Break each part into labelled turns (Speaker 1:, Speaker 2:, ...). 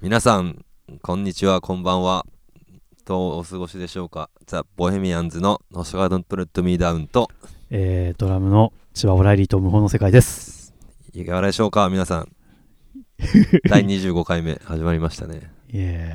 Speaker 1: 皆さんこんにちはこんばんはどうお過ごしでしょうかザ・ボヘミアンズの「ノシガドントレッド・ミー・ダウン」と
Speaker 2: えー、ドラムの千葉オライリーと無法の世界です。
Speaker 1: いかがでしょうか皆 さん第25回目始まりましたね
Speaker 2: いえ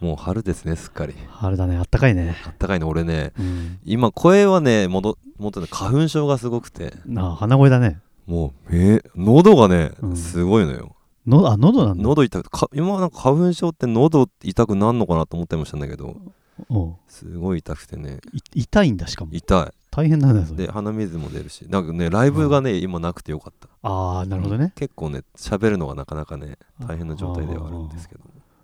Speaker 1: もう春ですねすっかり
Speaker 2: ー、春だね、あったかいね。
Speaker 1: あったかいの俺ね
Speaker 2: うん。
Speaker 1: 今声はね戻戻って花粉症がすごくて
Speaker 2: なあ、鼻声だね。
Speaker 1: もうえ喉がね
Speaker 2: うん
Speaker 1: すごいのよ、
Speaker 2: のあ、喉なんだ。
Speaker 1: 喉痛くか今なんか花粉症って喉痛くなんのかなと思ってましたんだけど
Speaker 2: おう
Speaker 1: すごい痛くてね
Speaker 2: い痛いんだ、しかも。
Speaker 1: 痛い
Speaker 2: 大変なんだよ、それ。
Speaker 1: で鼻水も出るしなんかねライブがね、今なくてよかった
Speaker 2: ああ、なるほどね。
Speaker 1: 結構ね喋るのがなかなかね大変な状態ではあるんですけど、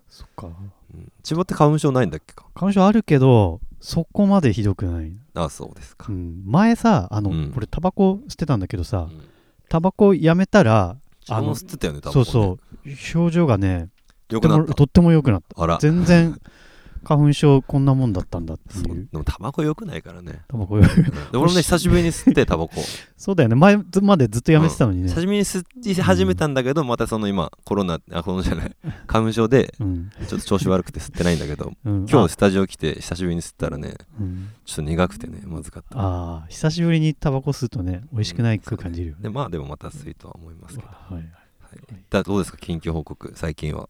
Speaker 2: そっか。
Speaker 1: うん、千葉って花粉症ないんだっけか
Speaker 2: 花粉症あるけど、そこまでひどくない。
Speaker 1: ああそうですか、
Speaker 2: うん、前さ、あの、
Speaker 1: うん
Speaker 2: 俺、タバコ捨てたんだけど
Speaker 1: う
Speaker 2: さ、
Speaker 1: ん、
Speaker 2: タバコやめたら、
Speaker 1: あ
Speaker 2: あ
Speaker 1: の
Speaker 2: の
Speaker 1: 吸ってたよね多分
Speaker 2: そう
Speaker 1: ね
Speaker 2: そう、症状がね、
Speaker 1: よくなっ
Speaker 2: とっても良くなった。
Speaker 1: たあら
Speaker 2: 全然、花粉症こんなもんだったんだって
Speaker 1: そう
Speaker 2: い
Speaker 1: で
Speaker 2: う。
Speaker 1: もタバコよくないから ね、
Speaker 2: タバコ
Speaker 1: うんで俺もね久しぶりに吸ってタバコ
Speaker 2: そうだよね、前までずっとやめてたのにね。
Speaker 1: 久しぶりに吸い始めたんだけど、またその今コロナあコロナじゃない花粉症で
Speaker 2: うん
Speaker 1: ちょっと調子悪くて吸ってないんだけど
Speaker 2: うん、
Speaker 1: 今
Speaker 2: あ
Speaker 1: 日スタジオ来て久しぶりに吸ったらね
Speaker 2: うん
Speaker 1: ちょっと苦くてねまずかった
Speaker 2: あー久しぶりにタバコ吸うとね美味しくないく感じるよね、
Speaker 1: でまあでもまた吸いとは思いますけど、
Speaker 2: はいはい
Speaker 1: はい、だどうですか緊急報告最近は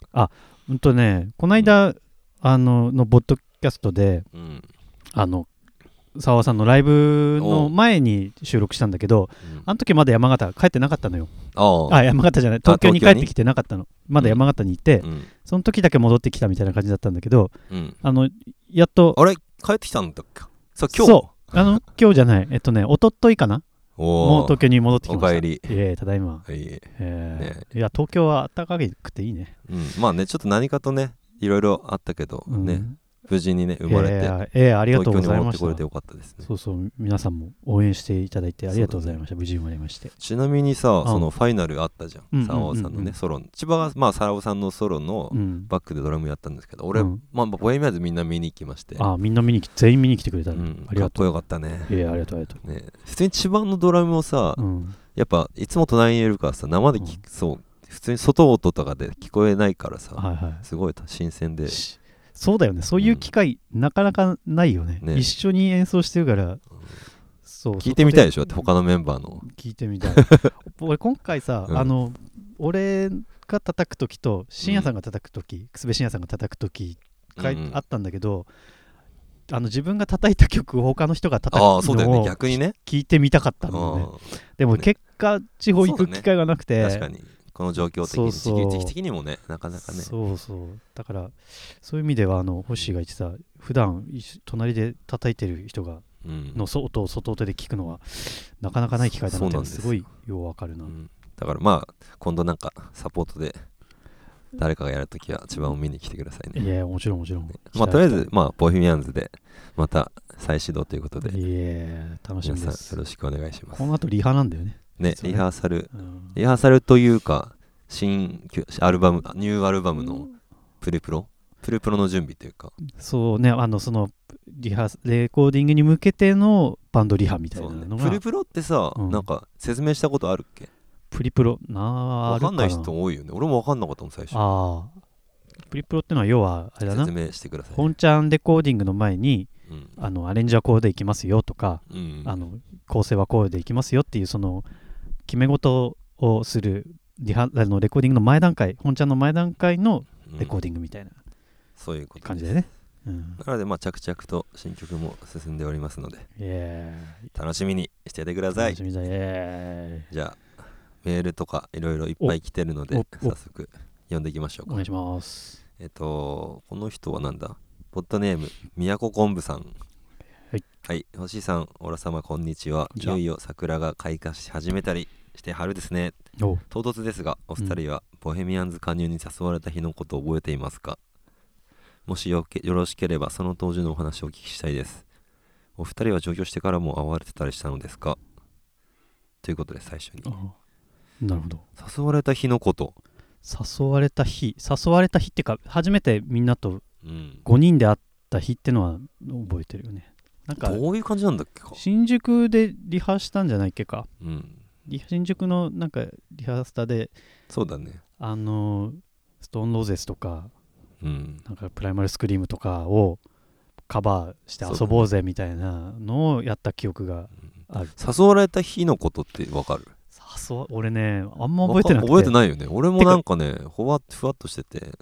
Speaker 2: ほんとねこの間、あののボッドキャストで
Speaker 1: うん、うん
Speaker 2: あの沢尾さんのライブ
Speaker 1: おう
Speaker 2: の前に収録したんだけどあ
Speaker 1: あ
Speaker 2: の時まだ山形帰ってなかったのよ
Speaker 1: あ
Speaker 2: あ山形じゃない東京に帰ってきてなかったのまだ山形にいて、
Speaker 1: うん
Speaker 2: その時だけ戻ってきたみたいな感じだったんだけど
Speaker 1: うん
Speaker 2: あのやっと
Speaker 1: あれ帰ってきたんだっけそう今日
Speaker 2: そうあの今日じゃないえっとね一昨日かなもう
Speaker 1: おー
Speaker 2: 東京に戻ってきました
Speaker 1: お帰り
Speaker 2: ええただいま
Speaker 1: はい
Speaker 2: えーいや東京は暖かくていいね。
Speaker 1: うん、まあねちょっと何かとねいろいろあったけど、
Speaker 2: うん
Speaker 1: ね無事にね生まれて、
Speaker 2: いやいやええありが
Speaker 1: 東
Speaker 2: と
Speaker 1: 京
Speaker 2: うご
Speaker 1: に
Speaker 2: ざい
Speaker 1: 戻っ
Speaker 2: ま
Speaker 1: て
Speaker 2: し
Speaker 1: これて
Speaker 2: た。
Speaker 1: よかったですね
Speaker 2: そうそう皆さんも応援していただいてありがとうございました。無事生まれまして。
Speaker 1: ちなみにさ、
Speaker 2: ん
Speaker 1: そのファイナルあったじゃ
Speaker 2: うんうん
Speaker 1: ん、
Speaker 2: うん
Speaker 1: サオさんのね、ソロの千葉が、まあ、サラオさんのソロの
Speaker 2: うん。
Speaker 1: バックでドラムやったんですけど、俺、
Speaker 2: うん
Speaker 1: まあ、ボヘミアンズみんな見に行きまして、
Speaker 2: あみんな見に来全員見に来てくれた
Speaker 1: う
Speaker 2: ね
Speaker 1: ん、
Speaker 2: あり
Speaker 1: か
Speaker 2: が
Speaker 1: っ
Speaker 2: と
Speaker 1: こよかったね。
Speaker 2: う。ええありがとうありがと
Speaker 1: ね普通に千葉のドラムをさ、
Speaker 2: う。うん。
Speaker 1: やっぱいつも隣にいるからさ、生で聞く、そう、普通に外音とかで聞こえないからさ、
Speaker 2: はいは
Speaker 1: すごい新鮮で
Speaker 2: い。、しそうだよね。そういう機会なかなかないよね。
Speaker 1: ね
Speaker 2: 一緒に演奏してるから。そう。
Speaker 1: 聞いてみたいで
Speaker 2: そ
Speaker 1: しょ、だって他のメンバーの
Speaker 2: こ。で聞いて みたい。俺今回さ
Speaker 1: うん
Speaker 2: あの俺が叩く時と深夜さんが叩く時、くすべ深夜さんが叩く時かい
Speaker 1: うんうん
Speaker 2: あったんだけどあの自分が叩いた曲を他の人が叩く
Speaker 1: ああ、そうだよ
Speaker 2: の
Speaker 1: ね、
Speaker 2: を
Speaker 1: 逆にね。
Speaker 2: 聞いてみたかっ
Speaker 1: う
Speaker 2: たんだよね
Speaker 1: ん
Speaker 2: でも結果地方行
Speaker 1: そう
Speaker 2: く
Speaker 1: だね
Speaker 2: 機会がなくて、
Speaker 1: 確かに、この状況的に、
Speaker 2: そうそう
Speaker 1: 時期時期的にもね、なかなかね。
Speaker 2: そうそうだからそういう意味ではあの星が言ってた普段一緒隣で叩いてる人が
Speaker 1: うん
Speaker 2: のそ音を外音で聞くのはなかなかない機会だなっ
Speaker 1: そう
Speaker 2: て
Speaker 1: なんです
Speaker 2: す
Speaker 1: よ
Speaker 2: ごいようわかるな、
Speaker 1: うんだからまあ今度なんかサポートで誰かがやるときは千葉を見に来てくださいね。
Speaker 2: いやもちろんもちろん、
Speaker 1: まあとりあえずまあボヘミアンズでまた再始動ということで
Speaker 2: いや楽し
Speaker 1: 皆さん
Speaker 2: みで
Speaker 1: よ
Speaker 2: す
Speaker 1: ろしくお願いします
Speaker 2: こ。の後リハなんだよね、
Speaker 1: ね
Speaker 2: そうね
Speaker 1: リハーサル
Speaker 2: うん
Speaker 1: リハーサルというか新旧アルバムニューアルバムのプレプロプレプロの準備というか
Speaker 2: そうねあのそのリハレコーディングに向けてのバンドリハみたい
Speaker 1: そ
Speaker 2: な
Speaker 1: うね
Speaker 2: のが、
Speaker 1: プレプロってさ
Speaker 2: うん
Speaker 1: なんか説明したことあるっけ
Speaker 2: プリプロなあ
Speaker 1: わかんない
Speaker 2: あるか
Speaker 1: 人多いよね俺もわかんなかったもん最初
Speaker 2: ああプリプロってのは要はあれだな
Speaker 1: 説明してください。
Speaker 2: 本ちゃんレコーディングの前に
Speaker 1: うん
Speaker 2: あのアレンジはこうでいきますよとか、
Speaker 1: うん
Speaker 2: あの構成はこうでいきますよっていうその決め事をするリハあのレコーディングの前段階本ちゃんの前段階の
Speaker 1: うん
Speaker 2: レコーディングみたいな
Speaker 1: そういうこと
Speaker 2: 感
Speaker 1: で
Speaker 2: じ
Speaker 1: す
Speaker 2: だよね、うん
Speaker 1: なので、まあ、着々と新曲も進んでおりますので、
Speaker 2: イエ
Speaker 1: 楽しみにしててくだ
Speaker 2: ーイ
Speaker 1: さい
Speaker 2: 楽。しみだイエ
Speaker 1: じゃあ、メールとかいろいろいっぱい来てるので、
Speaker 2: おお
Speaker 1: 早速読んでいきましょ
Speaker 2: ーイ
Speaker 1: う
Speaker 2: お願
Speaker 1: か
Speaker 2: い。します
Speaker 1: えっと、この人はなんだポッドネーム、宮古昆布さん。
Speaker 2: はい。
Speaker 1: はい、星さん、オラ様、こんにちは。
Speaker 2: こんに
Speaker 1: い
Speaker 2: ちは
Speaker 1: よいよ桜が開花し始めたりして春ですね。
Speaker 2: お
Speaker 1: 唐突ですが、お二人はボヘミアンズ加入に誘われた日のことを覚えていますかもしよけよろしければ、その当時のお話をお聞きしたいです。お二人は上京してからも会われてたりしたのですかということで、最初に。
Speaker 2: あなるほど
Speaker 1: 誘われた日のこと。
Speaker 2: 誘われた日誘われた日ってか初めてみんなと
Speaker 1: うん。
Speaker 2: 5人で会った日ってのは覚えてるよねなんか
Speaker 1: どういう感じなんだっけか。
Speaker 2: 新宿でリハしたんじゃないっけか
Speaker 1: うん。
Speaker 2: リ新宿のなんかリハースタで
Speaker 1: そうだね。
Speaker 2: あのーストーンローゼスとか
Speaker 1: うん
Speaker 2: なんかプライマルスクリームとかをカバーして遊ぼうぜみたいなのをやった記憶がある。
Speaker 1: 誘われた日のことってわかる
Speaker 2: そう俺ね、あんま覚えてなくて。
Speaker 1: わか覚えてないよね俺も
Speaker 2: てか
Speaker 1: なんかねほわふわっとしてて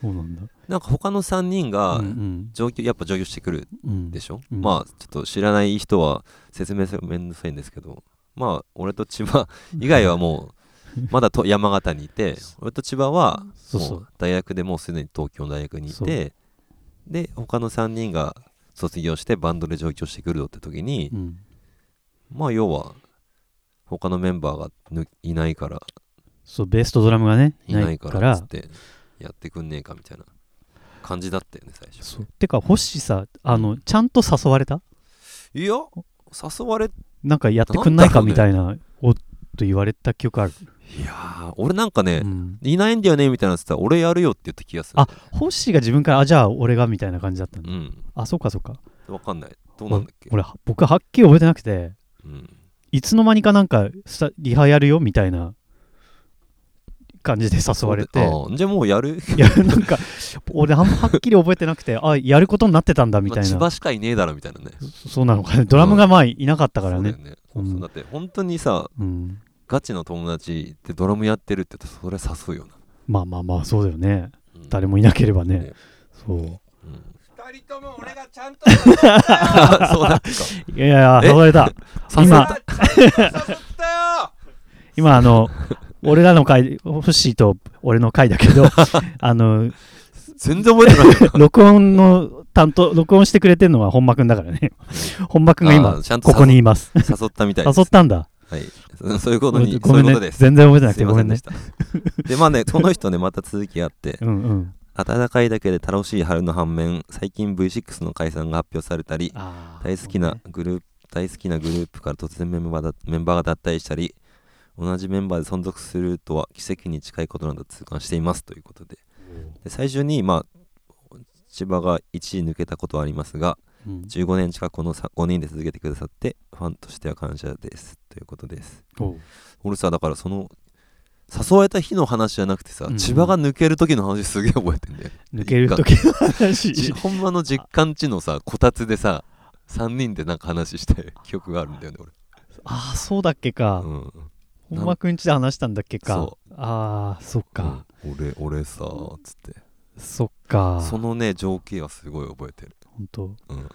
Speaker 2: そうなんだ。
Speaker 1: なんか他の3人が
Speaker 2: うん
Speaker 1: 上級やっぱ上級してくる
Speaker 2: うんうん
Speaker 1: でしょ、
Speaker 2: うん
Speaker 1: まあちょっと知らない人は説明するのめんどくさいんですけどまあ俺と千 葉以外はもうまだと山形にいて俺と千葉は
Speaker 2: そうそ
Speaker 1: も
Speaker 2: う
Speaker 1: う大学でもうすでに東京の大学にい
Speaker 2: そう
Speaker 1: てで他の3人が卒業してバンドで上京してくるぞって時に、
Speaker 2: うん
Speaker 1: まあ要は他のメンバーがぬいないから
Speaker 2: そう、ベースとドラムがね、
Speaker 1: いないからっつってやってくんねえかみたいな感じだったよね最初
Speaker 2: そうてか、ホッシーさ、あの、ちゃんと誘われた
Speaker 1: いや誘われ
Speaker 2: なんかやってくんない
Speaker 1: な
Speaker 2: か
Speaker 1: ん
Speaker 2: み
Speaker 1: だ
Speaker 2: た
Speaker 1: ろ
Speaker 2: いな、おっと言われた記憶ある。
Speaker 1: いやー俺なんかね、
Speaker 2: うん
Speaker 1: いないんだよねみたいなのってたら俺やるよって言った気がする
Speaker 2: あホッシーが自分から、あ、じゃあ俺がみたいな感じだったん
Speaker 1: う
Speaker 2: だ。
Speaker 1: ん
Speaker 2: あ、そうかそうか。
Speaker 1: わかんないどうなんだっけ
Speaker 2: 俺、は僕はっきり覚えてなくて、
Speaker 1: うん
Speaker 2: いつの間にかなんかスタリハやるよみたいな感じで誘われて
Speaker 1: あ、ーじゃあもうやる
Speaker 2: いや、なんか、俺、あんまはっきり覚えてなくて、あ、やることになってたんだみ
Speaker 1: まあ
Speaker 2: たい
Speaker 1: 千
Speaker 2: な、
Speaker 1: 葉しかいねえだろみたいなね
Speaker 2: そうなのかね、ドラムがまあいなかったから
Speaker 1: そ
Speaker 2: ね
Speaker 1: う。だよね
Speaker 2: うん
Speaker 1: そうだって本当にさ
Speaker 2: うん、
Speaker 1: ガチの友達でドラムやってるって言ったらそれ誘うよ
Speaker 2: まあまあまあ、そうだよね。
Speaker 1: な、うん
Speaker 2: 誰もいなければね
Speaker 1: ね。
Speaker 2: そう。
Speaker 1: うん
Speaker 3: 二人とも俺がちゃん と誘ったよ
Speaker 1: あそうだっけか
Speaker 2: いやいや、
Speaker 1: え
Speaker 2: 誘われた。
Speaker 1: 誘
Speaker 2: 今
Speaker 1: った
Speaker 3: 俺がちゃんと誘ったよ
Speaker 2: 今、あの、俺らの回、ホッシーと俺の回だけ ど、あの、
Speaker 1: 全然覚えてない
Speaker 2: 録音の担当、録音してくれてるのは本間くんだか らね。本間くんが
Speaker 1: あ
Speaker 2: 今
Speaker 1: ー、ちゃんと
Speaker 2: ここにいます。
Speaker 1: 誘ったみたいです
Speaker 2: 誘ったんだ。
Speaker 1: はい そそういうことに
Speaker 2: ご
Speaker 1: そうい
Speaker 2: め
Speaker 1: うんこと
Speaker 2: ね。
Speaker 1: です
Speaker 2: 全然覚えてなく
Speaker 1: すい
Speaker 2: て
Speaker 1: ま
Speaker 2: ご
Speaker 1: せ
Speaker 2: め
Speaker 1: ん
Speaker 2: ん
Speaker 1: で
Speaker 2: ね
Speaker 1: し。たでまあ ねこの人ねまた続きあって
Speaker 2: うんうん。
Speaker 1: 暖かいだけで楽しい春の反面最近 V6 の解散が発表されたり
Speaker 2: あー
Speaker 1: 大好きなグループ大好きなグループから突然メンバーだメンバーが脱退したり同じメンバーで存続するとは奇跡に近いことなんだと痛感していますということでで最初にまあ千葉が1位抜けたことはありますが
Speaker 2: うん
Speaker 1: 15年近くこの5人で続けてくださってファンとしては感謝ですということです
Speaker 2: おう
Speaker 1: 俺さだからその誘われた日の話じゃなくてさ、
Speaker 2: うんうん
Speaker 1: 千葉が抜ける時の話すげえ覚えてんだよ
Speaker 2: 抜ける時 の話
Speaker 1: じほんまの実感地のさこたつでさ3人でなんか話して 記憶があるんだよね俺
Speaker 2: ああそうだっけか、
Speaker 1: うん
Speaker 2: 本間くんちで話したんだっけか
Speaker 1: そ
Speaker 2: ああそっか、
Speaker 1: うん俺俺さつって
Speaker 2: そっか
Speaker 1: そのね情景はすごい覚えてる、
Speaker 2: 本当
Speaker 1: うん、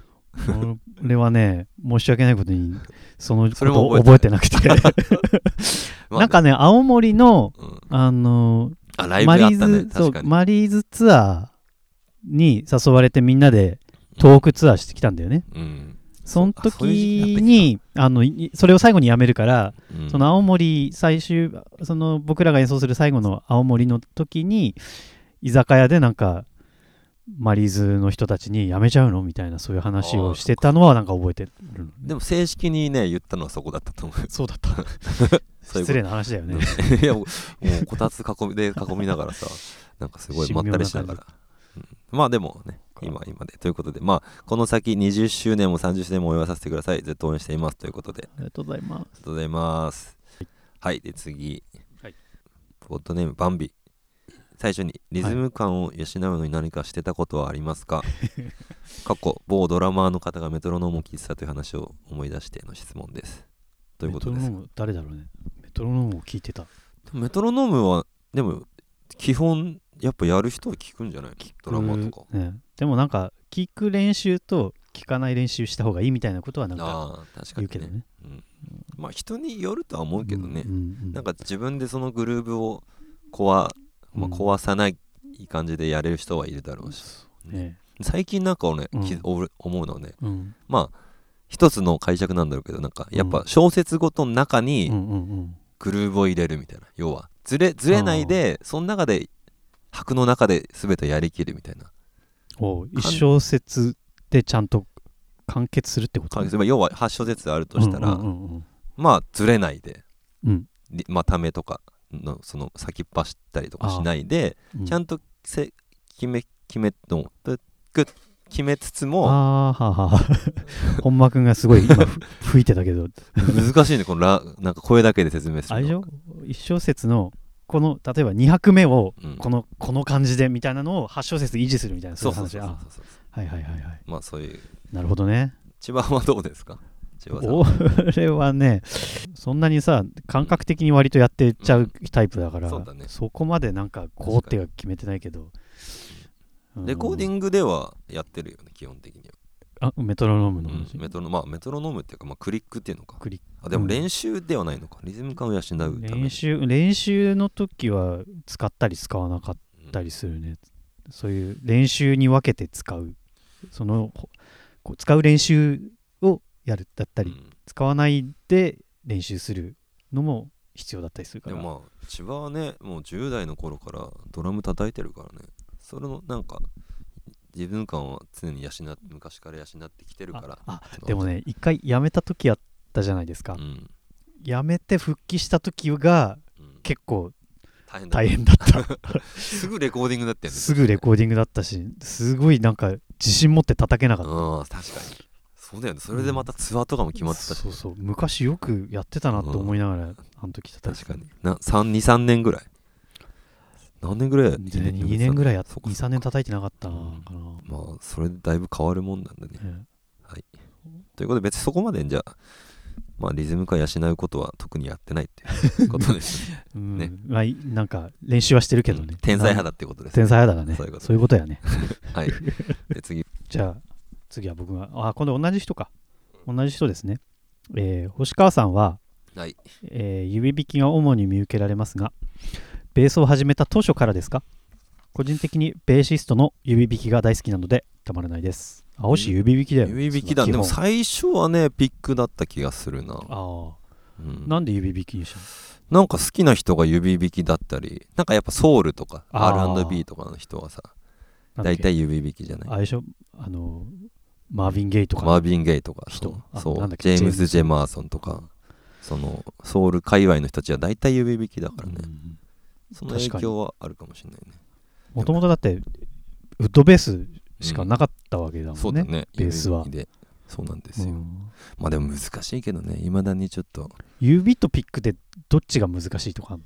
Speaker 2: 俺はね申し訳ないことにその
Speaker 1: そ
Speaker 2: こ
Speaker 1: れ
Speaker 2: と
Speaker 1: も
Speaker 2: を覚えてなくて
Speaker 1: まあね
Speaker 2: なんかね青森の
Speaker 1: うん、
Speaker 2: あの
Speaker 1: あライブ
Speaker 2: マ
Speaker 1: やっ
Speaker 2: リ
Speaker 1: たね
Speaker 2: ーズそ
Speaker 1: 確
Speaker 2: う
Speaker 1: かに、
Speaker 2: マリーズツアーに誘われてみんなで東北ツアーしてきたんだよね、
Speaker 1: うん
Speaker 2: その
Speaker 1: あそういう時期だったっ
Speaker 2: 時
Speaker 1: け
Speaker 2: にあのいそれを最後にやめるから
Speaker 1: うん、
Speaker 2: その青森最終その僕らが演奏する最後の青森の時に居酒屋でなんかマリーズの人たちに辞めちゃうのみたいなそういう話をしてたのはなんか覚えてる
Speaker 1: でも正式にね言ったのは そこだったと思う
Speaker 2: そうだ った
Speaker 1: そういうこと
Speaker 2: 失礼な話だよね、
Speaker 1: いやもうもうこたつ囲みで囲みながらさ なんかすごいまったりしながら、うんまあでもね今今でということでまあこの先20周年も30周年もお祝いさせてくださいずっと応援していますということであり
Speaker 2: ありがとうございま
Speaker 1: がとうございますはいで次、
Speaker 2: はい
Speaker 1: ポッドネームバンビ最初にリズム感を養うのに何かしてたことはありますか、過去某ドラマーの方がメトロノームを聞いてたという話を思い出しての質問です
Speaker 2: す
Speaker 1: ということです
Speaker 2: メトロノーム誰だろうねメトロノームを聞いてた
Speaker 1: メトロノームはでも基本やっぱやる人は聞くんじゃないドラマとか。
Speaker 2: ね、でもなんか聞く練習と聞かない練習した方がいいみたいなことはなんか
Speaker 1: ああ確か
Speaker 2: 言
Speaker 1: に
Speaker 2: うけど
Speaker 1: ね
Speaker 2: ね
Speaker 1: まあ人によるとは思うけどね、
Speaker 2: うんうん
Speaker 1: なんか自分でそのグルーブを壊,、まあ、
Speaker 2: うん
Speaker 1: 壊さない感じでやれる人はいるだろうし、
Speaker 2: ね
Speaker 1: 最近なんかをね、
Speaker 2: うん
Speaker 1: き俺思うのはね
Speaker 2: うん
Speaker 1: まあ一つの解釈なんだろうけどなんかやっぱ小説ごとの中
Speaker 2: うんう
Speaker 1: に
Speaker 2: んうん
Speaker 1: グルーブを入れるみたいな要はずれずれないでその中で拍の中で全てやりきるみたいな
Speaker 2: おう一小節でちゃんと完結するってこと
Speaker 1: 感じでまあ要は8小節あるとしたら、
Speaker 2: うんうんうん
Speaker 1: まあずれないで、
Speaker 2: うん
Speaker 1: りまあ、ためとかのその先っ走ったりとかしないで
Speaker 2: うん
Speaker 1: ちゃんとせ決め決めのぶぐ決めつつも
Speaker 2: あーはあはあ 本間君がすごい 今ふ吹いてたけど
Speaker 1: 難しいねこのラなんか声だけで説明す
Speaker 2: あ
Speaker 1: る
Speaker 2: れでし
Speaker 1: の
Speaker 2: ょ一小節のこの例えば2拍目を
Speaker 1: うん
Speaker 2: このこの感じでみたいなのを8小節維持するみたいな
Speaker 1: そう
Speaker 2: い
Speaker 1: そう
Speaker 2: 話
Speaker 1: そうそう
Speaker 2: あ
Speaker 1: そうそう
Speaker 2: はいはいはいはい
Speaker 1: まあそういう
Speaker 2: なるほどね
Speaker 1: 千葉はどうですか千葉さん
Speaker 2: 俺はねそんなにさ感覚的に割とやってっちゃうタイプだから、
Speaker 1: そうだね
Speaker 2: こまでなんかこうっては決めてないけど
Speaker 1: レコーディ
Speaker 2: グ
Speaker 1: ングではやってるよね基本的には、
Speaker 2: あメトロノームの
Speaker 1: うん
Speaker 2: 話、
Speaker 1: メトロまあメトロノームっていうか、まあ、クリックっていうのか
Speaker 2: クリッ
Speaker 1: あでも
Speaker 2: うん
Speaker 1: 練習ではないのかリズム感を養うために
Speaker 2: 練習練習の時は使ったり使わなかっ
Speaker 1: うん
Speaker 2: たりするね、そういう練習に分けて使うそのほこう使う練習をやるだったり、
Speaker 1: うん
Speaker 2: 使わないで練習するのも必要だったりするか
Speaker 1: で
Speaker 2: ら
Speaker 1: もまあ千葉はねもう10代の頃からドラム叩いてるからねそれのなんか自分感は常に養っ昔から養ってきてるから
Speaker 2: あでもね一回辞めた時やったじゃないですか、
Speaker 1: うん、
Speaker 2: 辞めて復帰した時が
Speaker 1: うん、
Speaker 2: 結構
Speaker 1: 大変だ
Speaker 2: 大変だった
Speaker 1: すぐレコーディングだったよね
Speaker 2: すぐレコーディングだったしすごいなんか自信持って叩けなかった、
Speaker 1: うん確かにそうだよねそれでまたツアーとかも決まってたし、
Speaker 2: そうそう昔よくやってたなと思いながら、あの時叩い
Speaker 1: 確か
Speaker 2: て
Speaker 1: に23年ぐらい何年ぐらい
Speaker 2: 2年ぐ
Speaker 1: らい
Speaker 2: らいやっ
Speaker 1: そっかそっか
Speaker 2: 23年叩いてなかったのかな、
Speaker 1: まあそれでだいぶ変わるもんなんだね
Speaker 2: うん
Speaker 1: ということで別にそこまでじゃあまあリズム化養うことは特にやってないっていうことです、ね
Speaker 2: うん
Speaker 1: ね
Speaker 2: まあいなんか練習はしてる けどね、
Speaker 1: うん天才派だってことです、
Speaker 2: 天才派だからね
Speaker 1: そ
Speaker 2: そ
Speaker 1: い
Speaker 2: うう
Speaker 1: うこと
Speaker 2: いうことやね
Speaker 1: はいで次
Speaker 2: じゃあ次は僕があ今度同じ人か同じ人ですね、えー星川さんは
Speaker 1: はい
Speaker 2: えー指弾きが主に見受けられますがベースを始めた当初からですか個人的にベーシストの指弾きが大好きなのでたまらないです青し指弾きだよ
Speaker 1: 指弾きだね
Speaker 2: 基
Speaker 1: で
Speaker 2: 本
Speaker 1: も最初はねピックだった気がするな、
Speaker 2: あ
Speaker 1: うん
Speaker 2: あなんで指弾きにしたの
Speaker 1: なんか好きな人が指弾きだったりなんかやっぱソウルとか
Speaker 2: あー
Speaker 1: R&B とかの人はさ
Speaker 2: なんだっ
Speaker 1: 大
Speaker 2: け
Speaker 1: 体指弾きじゃない
Speaker 2: あれでしょあのマーヴィン・ゲイとか、
Speaker 1: マービン・ゲイとか
Speaker 2: 人
Speaker 1: そう
Speaker 2: あ
Speaker 1: そう
Speaker 2: なんだっ
Speaker 1: ジ
Speaker 2: け
Speaker 1: ェーム
Speaker 2: ジェー
Speaker 1: ズ・
Speaker 2: ムズ
Speaker 1: ジェマーソンとかそのソウル界隈の人たちは大体指弾きだからね、その影
Speaker 2: 確かに
Speaker 1: 響はあるかもしれないね
Speaker 2: もともとだってウッドベースしかなかったわけだ
Speaker 1: そ
Speaker 2: も
Speaker 1: うんだ
Speaker 2: ね、
Speaker 1: ね
Speaker 2: ベースは
Speaker 1: 指弾きでそうなんです
Speaker 2: う
Speaker 1: よ、
Speaker 2: ん
Speaker 1: まあでも難しいけどねいまだにちょっと
Speaker 2: 指とピックでどっちが難しいとかあんの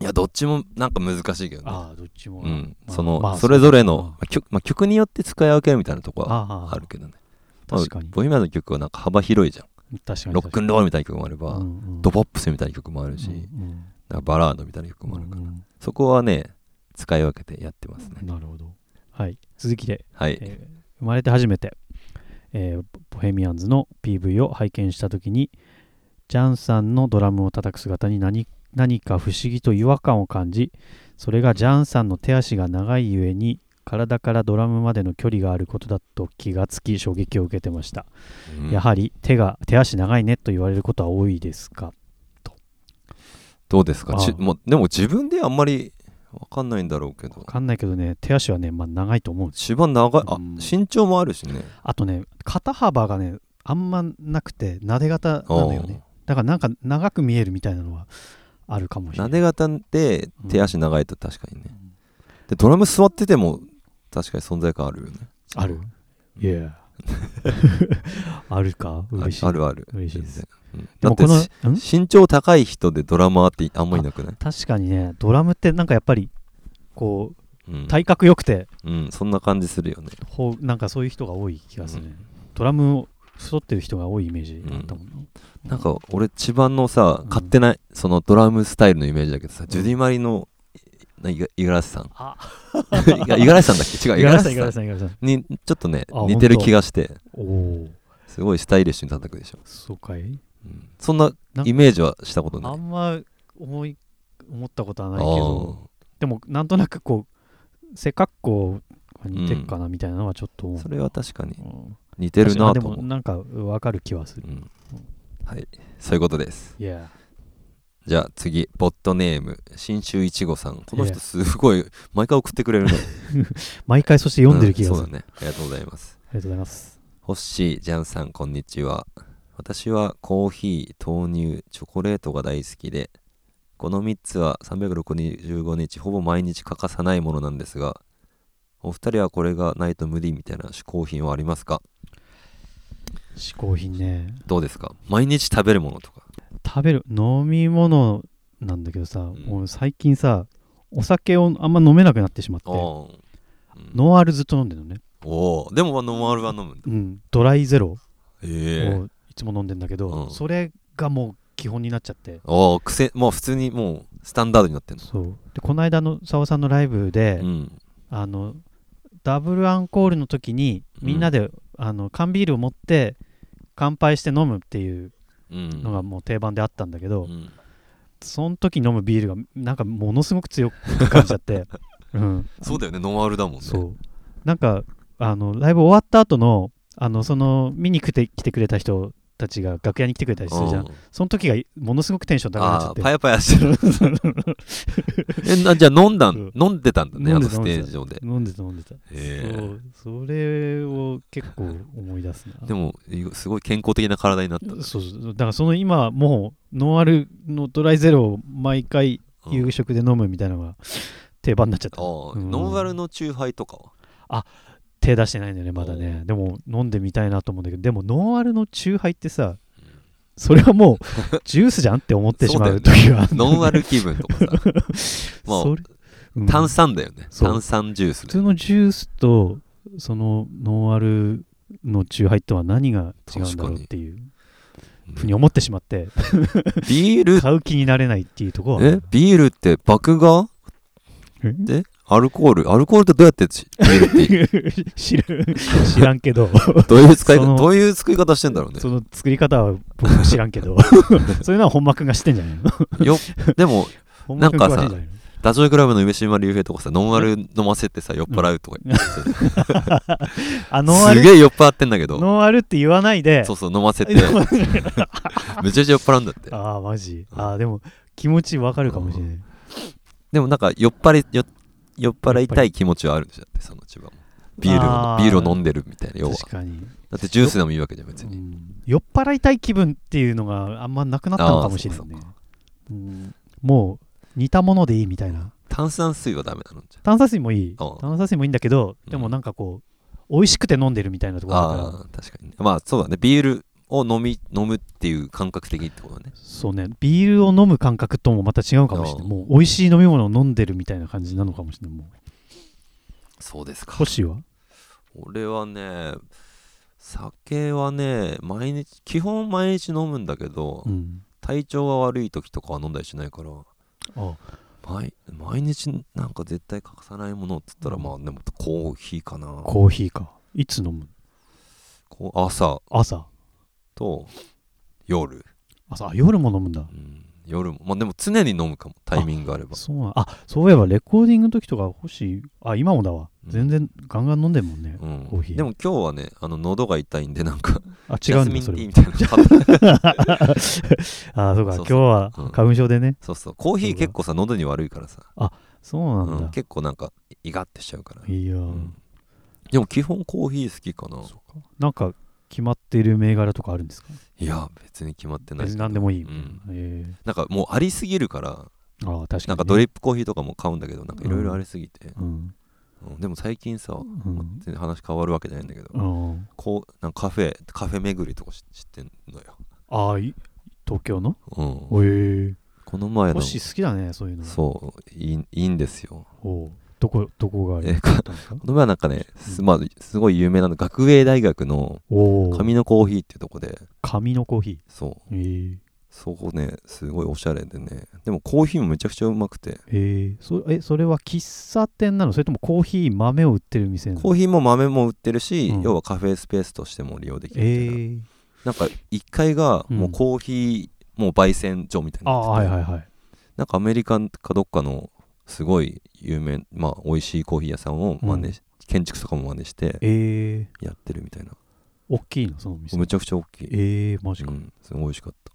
Speaker 1: いやどっちもなんか難しいけどね
Speaker 2: ああどっちも、
Speaker 1: うん、
Speaker 2: まあ
Speaker 1: その、
Speaker 2: まあ
Speaker 1: それぞれの、
Speaker 2: そう
Speaker 1: まあ曲まあ、曲によって使い分けるみたいなとこは
Speaker 2: ああ
Speaker 1: あるけどねまあ
Speaker 2: 確かに
Speaker 1: ボヘミアンの曲はなんか幅広いじゃん
Speaker 2: 確かに
Speaker 1: ロックンロールみたいな曲もあれば、
Speaker 2: うんうん
Speaker 1: ドポップスみたいな曲もあるし、
Speaker 2: うんうん
Speaker 1: なんかバラードみたいな曲もあるから、
Speaker 2: うん
Speaker 1: そこはね使い分けてやってますね、
Speaker 2: なるほど。はい、続きで、
Speaker 1: はい、
Speaker 2: えー生まれて初めて、えーボヘミアンズの PV を拝見したときに、ジャンさんのドラムを叩く姿に何何か不思議と違和感を感じ、それがジャンさんの手足が長いゆえに、体からドラムまでの距離があることだと気がつき衝撃を受けてました。
Speaker 1: うん
Speaker 2: やはり手が手足長いねと言われることは多いですか。
Speaker 1: どうですか
Speaker 2: ああ
Speaker 1: ちもうでも自分であんまりわかんないんだろうけど
Speaker 2: わかんないけどね、手足はね、まあ長いと思うんです
Speaker 1: 芝長いあ、
Speaker 2: うん
Speaker 1: 身長もあるしね
Speaker 2: あとね肩幅がねあんまなくて撫で型なんだよねだからなんか長く見えるみたいなのはあるかもしれ
Speaker 1: な
Speaker 2: ない
Speaker 1: で型って手足長いと確かにね、でドラム座ってても確かに存在感あるよね
Speaker 2: あるいや あるか嬉しい
Speaker 1: ああるある
Speaker 2: 嬉しいです
Speaker 1: 全然
Speaker 2: で
Speaker 1: うん
Speaker 2: もこの
Speaker 1: だって
Speaker 2: ん
Speaker 1: し身長高い人でドラマーってあんまいなくない、
Speaker 2: 確かにねドラムってなんかやっぱりこう
Speaker 1: うん
Speaker 2: 体格良くて
Speaker 1: うん、そんな感じするよね
Speaker 2: ほうなんかそういう人が多い気がするね、
Speaker 1: うん
Speaker 2: ドラムを太ってる人が多いイメージだったもんな、
Speaker 1: なんか俺千葉のさ、
Speaker 2: うん
Speaker 1: 勝手なそのドラムスタイルのイメージだけどさ、ジュディ・マリのいい五十嵐さん
Speaker 2: あ
Speaker 1: いや五十嵐さんだっけ違う五十
Speaker 2: 五十嵐
Speaker 1: 嵐
Speaker 2: さ
Speaker 1: さ
Speaker 2: ん
Speaker 1: ん
Speaker 2: 五十嵐さん五十嵐さん
Speaker 1: にちょっとね
Speaker 2: あ
Speaker 1: 似てる
Speaker 2: 本当
Speaker 1: 気がして
Speaker 2: おおー
Speaker 1: すごいスタイリッシュに叩くでしょ、
Speaker 2: そうかい
Speaker 1: うんそんな
Speaker 2: なんか
Speaker 1: イメージはしたことない
Speaker 2: あんま思い思ったことは
Speaker 1: あ
Speaker 2: ないけど
Speaker 1: ー
Speaker 2: でもなんとなくこう背格好が似てるかなみたいなのはちょっと思う、
Speaker 1: それは確かに
Speaker 2: うん
Speaker 1: 似てるな
Speaker 2: で
Speaker 1: と
Speaker 2: も
Speaker 1: 思う、
Speaker 2: なんか分かる気はする
Speaker 1: うんはいそういうことです
Speaker 2: いや
Speaker 1: じゃあ次ボットネーム新州いちごさんこの
Speaker 2: い
Speaker 1: 人
Speaker 2: や
Speaker 1: すごい毎回送ってくれるの
Speaker 2: 毎回そして読んでる気がす
Speaker 1: うん
Speaker 2: る、
Speaker 1: そうだねありがとうございます
Speaker 2: ありがとうございます
Speaker 1: ホッシージャンさんこんにちは私はコーヒー豆乳チョコレートが大好きでこの3つは365日ほぼ毎日欠かさないものなんですがお二人はこれがないと無理みたいな嗜好品はありますか
Speaker 2: 嗜好品ね
Speaker 1: どうですか毎日食べるものとか
Speaker 2: 食べる飲み物なんだけどさ、
Speaker 1: ん
Speaker 2: もう最近さお酒をあんま飲めなくなってしまって
Speaker 1: おーうん
Speaker 2: ノンアルずっと飲んでるのね、
Speaker 1: おーでもノンアルは飲むんだ
Speaker 2: うん、ドライゼロ
Speaker 1: ええ
Speaker 2: をいつも飲んでんだけど、
Speaker 1: うん
Speaker 2: それがもう基本になっちゃって
Speaker 1: おお癖もう普通にもうスタンダードになってんの
Speaker 2: そうでこの間の澤さんのライブで、
Speaker 1: うん
Speaker 2: あのダブルアンコールの時に
Speaker 1: うん
Speaker 2: みんなで、あの缶ビールを持って乾杯して飲むっていう
Speaker 1: うん
Speaker 2: のがもう定番であったんだけど、
Speaker 1: うん
Speaker 2: その時飲むビールがなんかものすごく強く感じち ゃって、うん、
Speaker 1: そうだよねノンアルだもんね
Speaker 2: そうなんかあのライブ終わった後のあのその見に来て来てくれた人たちが楽屋に来てくれたりするじゃん、
Speaker 1: うん
Speaker 2: その時がものすごくテンション高くなっちゃ
Speaker 1: あ
Speaker 2: っ
Speaker 1: ー
Speaker 2: て
Speaker 1: パヤパヤしてる えなじゃあ飲んだん飲んでたんだね
Speaker 2: 飲
Speaker 1: あ
Speaker 2: んで
Speaker 1: の
Speaker 2: た
Speaker 1: ステージ上で
Speaker 2: 飲んでた飲んでた、
Speaker 1: えー
Speaker 2: そうそれを結構思い出すな
Speaker 1: でもいすごい健康的な体になったんだ
Speaker 2: そうそうだからその今もうノンアルのドライゼロを毎回
Speaker 1: うん
Speaker 2: 夕食で飲むみたいなのが定番になっちゃっ
Speaker 1: あ
Speaker 2: た、
Speaker 1: ー
Speaker 2: うん
Speaker 1: ノンアルのチューハイとかは
Speaker 2: 手出してないんだよねまだねでも飲んでみたいなと思うんだけどでもノンアルのチューハイってさそれはもうジュースじゃんって思って しまう時は
Speaker 1: ノンアル気分とか さまあ
Speaker 2: それうん
Speaker 1: 炭酸だよね
Speaker 2: そう
Speaker 1: 炭酸ジュース
Speaker 2: 普
Speaker 1: ね
Speaker 2: 通のジュースとそのノンアルのチューハイとは何が違うんだろうっていうふうに思ってしまって
Speaker 1: ビール
Speaker 2: 買う気になれないっていうところはあ
Speaker 1: え
Speaker 2: る
Speaker 1: ビールって麦芽
Speaker 2: え
Speaker 1: でアルコールアルコールってどうやってちビールって
Speaker 2: 知る知らんけど
Speaker 1: どういう使い
Speaker 2: その
Speaker 1: どういう作り方してんだろうね
Speaker 2: その作り方は僕も知らんけ どそういうのは本間君が知ってんじゃないの
Speaker 1: よでも
Speaker 2: 本間君
Speaker 1: なんか
Speaker 2: 詳
Speaker 1: さ
Speaker 2: しいんじゃないの
Speaker 1: ダチョウ倶楽部の上島竜兵とかさノンアル飲ませてさ酔っ払うとか言ってさ
Speaker 2: あノンア
Speaker 1: す
Speaker 2: ル
Speaker 1: げえ酔っ払ってんだけど
Speaker 2: ノンアルって言わないで
Speaker 1: そうそう飲ませて
Speaker 2: 飲
Speaker 1: め
Speaker 2: ま
Speaker 1: ちゃくちゃ酔っ払うんだって
Speaker 2: ああマジ
Speaker 1: うん
Speaker 2: ああでも気持ちわかるかもしれない
Speaker 1: でもなんか酔っ払い酔っ酔っ払いたい気持ちはあるんじゃってその千葉もビール
Speaker 2: あ
Speaker 1: を
Speaker 2: ー
Speaker 1: ビールを飲んでるみたいな要は
Speaker 2: 確かに
Speaker 1: だってジュースでもいいわけじゃん別
Speaker 2: う
Speaker 1: に
Speaker 2: ん酔っ払いたい気分っていうのがあんまなくなったのかもしれないね
Speaker 1: あーそうか
Speaker 2: うんもう似たものでいいみたいな
Speaker 1: 炭酸水はダメなのじゃ
Speaker 2: 炭酸水もいい
Speaker 1: あー
Speaker 2: 炭酸水もいいんだけどでもなんかこう美味しくて飲んでるみたいなところだから
Speaker 1: ああー確かにねまあそうだねビールを飲み飲むっていう感覚的ってことだね
Speaker 2: そうねビールを飲む感覚ともまた違うかもしれな
Speaker 1: ああ
Speaker 2: いもう美味しい飲み物を飲んでるみたいな感じなのかもしれないもう
Speaker 1: そうですか
Speaker 2: 星は
Speaker 1: 俺はね酒はね毎日基本毎日飲むんだけど、
Speaker 2: うん
Speaker 1: 体調が悪い時とかは飲んだりしないから
Speaker 2: あ
Speaker 1: 毎毎日なんか絶対欠かさないものっつったらまあでもコーヒーかな
Speaker 2: コーヒーかいつ飲む
Speaker 1: こう朝
Speaker 2: 朝
Speaker 1: と夜、
Speaker 2: 朝あ夜も飲むんだ
Speaker 1: うん、夜もまあでも常に飲むかもタイミングがあれば
Speaker 2: そうなんあそういえばレコーディングの時とか星あ今もだわ
Speaker 1: うん
Speaker 2: 全然ガンガン飲んでるもんね
Speaker 1: うん
Speaker 2: コーヒー
Speaker 1: でも今日はねあの喉が痛いんでなんか
Speaker 2: あ違
Speaker 1: ジャ
Speaker 2: う
Speaker 1: ス
Speaker 2: ん
Speaker 1: ミ
Speaker 2: だ
Speaker 1: ンテ
Speaker 2: そ
Speaker 1: ィー
Speaker 2: れ
Speaker 1: みたいなのちょっと貼って
Speaker 2: あそうか
Speaker 1: そう
Speaker 2: 今日
Speaker 1: そう
Speaker 2: は
Speaker 1: うん
Speaker 2: 花粉症でね
Speaker 1: そうそうコーヒー結構さ喉に悪いからさ、
Speaker 2: そうな
Speaker 1: うんん、
Speaker 2: だ
Speaker 1: 結構なんかイガってしちゃうから
Speaker 2: いや
Speaker 1: うんでも基本コーヒー好きかな
Speaker 2: なんか決まってる銘柄とかあるんですか
Speaker 1: いや別に決まってない
Speaker 2: 別に何でもいい
Speaker 1: うん
Speaker 2: え
Speaker 1: なんかもうありすぎるから
Speaker 2: ーあー確かにね
Speaker 1: なんかドリップコーヒーとかも買うんだけどなんかいろいろありすぎて、
Speaker 2: うん
Speaker 1: うんでも最近さ
Speaker 2: うん
Speaker 1: 全然話変わるわけじゃないんだけど、
Speaker 2: うん
Speaker 1: こうなんかカフェカフェ巡りとかし知ってんのよ、
Speaker 2: ああ、い東京の
Speaker 1: うん、
Speaker 2: おえ
Speaker 1: この前
Speaker 2: え。
Speaker 1: の
Speaker 2: 星好きだね、そういうの。
Speaker 1: そういいいいんですよ
Speaker 2: おうどこ、どこがあ
Speaker 1: え
Speaker 2: れ
Speaker 1: か
Speaker 2: たんですか
Speaker 1: この前なんかね、す
Speaker 2: うん
Speaker 1: まあ、すごい有名なの学芸大学の
Speaker 2: おお。
Speaker 1: 紙のコーヒーっていうとこで
Speaker 2: 紙のコーヒ
Speaker 1: そう
Speaker 2: ー。え
Speaker 1: そこねすごいおしゃれでねでもコーヒーもめちゃくちゃうまくて
Speaker 2: えええそえ、それは喫茶店なのそれともコーヒー豆を売ってる店なの
Speaker 1: コーヒーも豆も売ってるし、
Speaker 2: うん
Speaker 1: 要はカフェスペースとしても利用できるみたいな、
Speaker 2: ええ
Speaker 1: なんか1階が
Speaker 2: うん
Speaker 1: もうコーヒー、もう焙煎所みたい
Speaker 2: あ
Speaker 1: な
Speaker 2: あ、
Speaker 1: の
Speaker 2: は
Speaker 1: で
Speaker 2: い
Speaker 1: すね
Speaker 2: はいはい。
Speaker 1: なんかアメリカンかどっかのすごい有名まあ美味しいコーヒー屋さんを真似し、建築とかも真似して
Speaker 2: ええ
Speaker 1: やってるみたいな
Speaker 2: 大きいの、その店。
Speaker 1: めちゃくちゃ大きい、
Speaker 2: ええマジ
Speaker 1: う
Speaker 2: か。
Speaker 1: ん、すごい美味しかった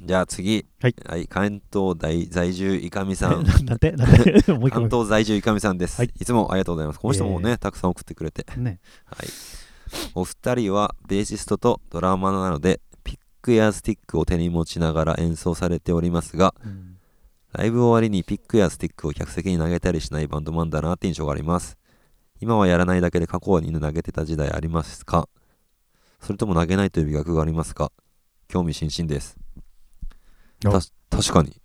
Speaker 1: じゃあ次
Speaker 2: はい、
Speaker 1: 関東大在住いかみさ
Speaker 2: え
Speaker 1: ん
Speaker 2: なんて、な んて、もう一
Speaker 1: 関
Speaker 2: 回。
Speaker 1: 東在住いかみさんです、
Speaker 2: はいい、
Speaker 1: つもありがとうございますこの人もね、
Speaker 2: いえい
Speaker 1: たくさん送ってくれて
Speaker 2: ね。
Speaker 1: はい、お二人はベーシストとドラマーなのでピックやスティックを手に持ちながら演奏されておりますが
Speaker 2: うん
Speaker 1: ライブ終わりにピックやスティックを客席に投げたりしないバンドマンだなって印象があります今はやらないだけで過去に投げてた時代ありますかそれとも投げないという美学がありますか興味津々です
Speaker 2: あ
Speaker 1: た確かに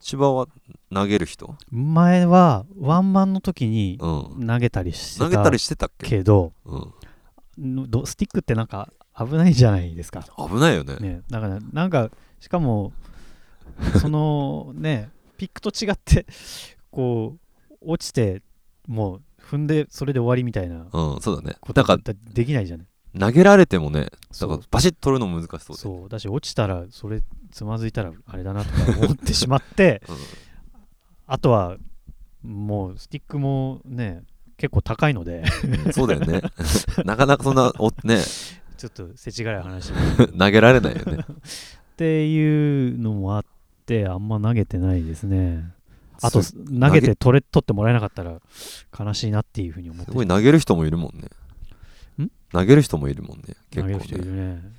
Speaker 1: 千葉は投げる人、
Speaker 2: 前はワンマンの時に
Speaker 1: うん、
Speaker 2: 投げたりして
Speaker 1: 投げた
Speaker 2: た
Speaker 1: りしてたっけ、
Speaker 2: けど
Speaker 1: うん、
Speaker 2: のどスティックってなんか危ないじゃないですか、
Speaker 1: 危ないよね
Speaker 2: ね、だからなんかしかもそのねピックと違ってこう落ちてもう踏んでそれで終わりみたいな
Speaker 1: うん、そうだね
Speaker 2: こ
Speaker 1: な
Speaker 2: と
Speaker 1: んか
Speaker 2: だってできないじゃない
Speaker 1: 投げられてもねだ
Speaker 2: そ
Speaker 1: から
Speaker 2: う
Speaker 1: バシッと取るのも難しそうで
Speaker 2: そうだし落ちたらそれつまずいたらあれだなとか思ってしまって
Speaker 1: うん
Speaker 2: あとはもうスティックもね結構高いので
Speaker 1: うんそうだよ ねなかなかそんなおね
Speaker 2: ちょっと世知辛い話っ
Speaker 1: 投げられないよね
Speaker 2: ていうのもあってあんま投げてないですね あと
Speaker 1: す
Speaker 2: 投げて取れ取ってもらえなかったら悲しいなっていうふうに思っ
Speaker 1: す
Speaker 2: て
Speaker 1: ごい投げる人もいるもんね
Speaker 2: ん
Speaker 1: 投げる人もいるもんね結構
Speaker 2: 投げる人い
Speaker 1: ね
Speaker 2: るね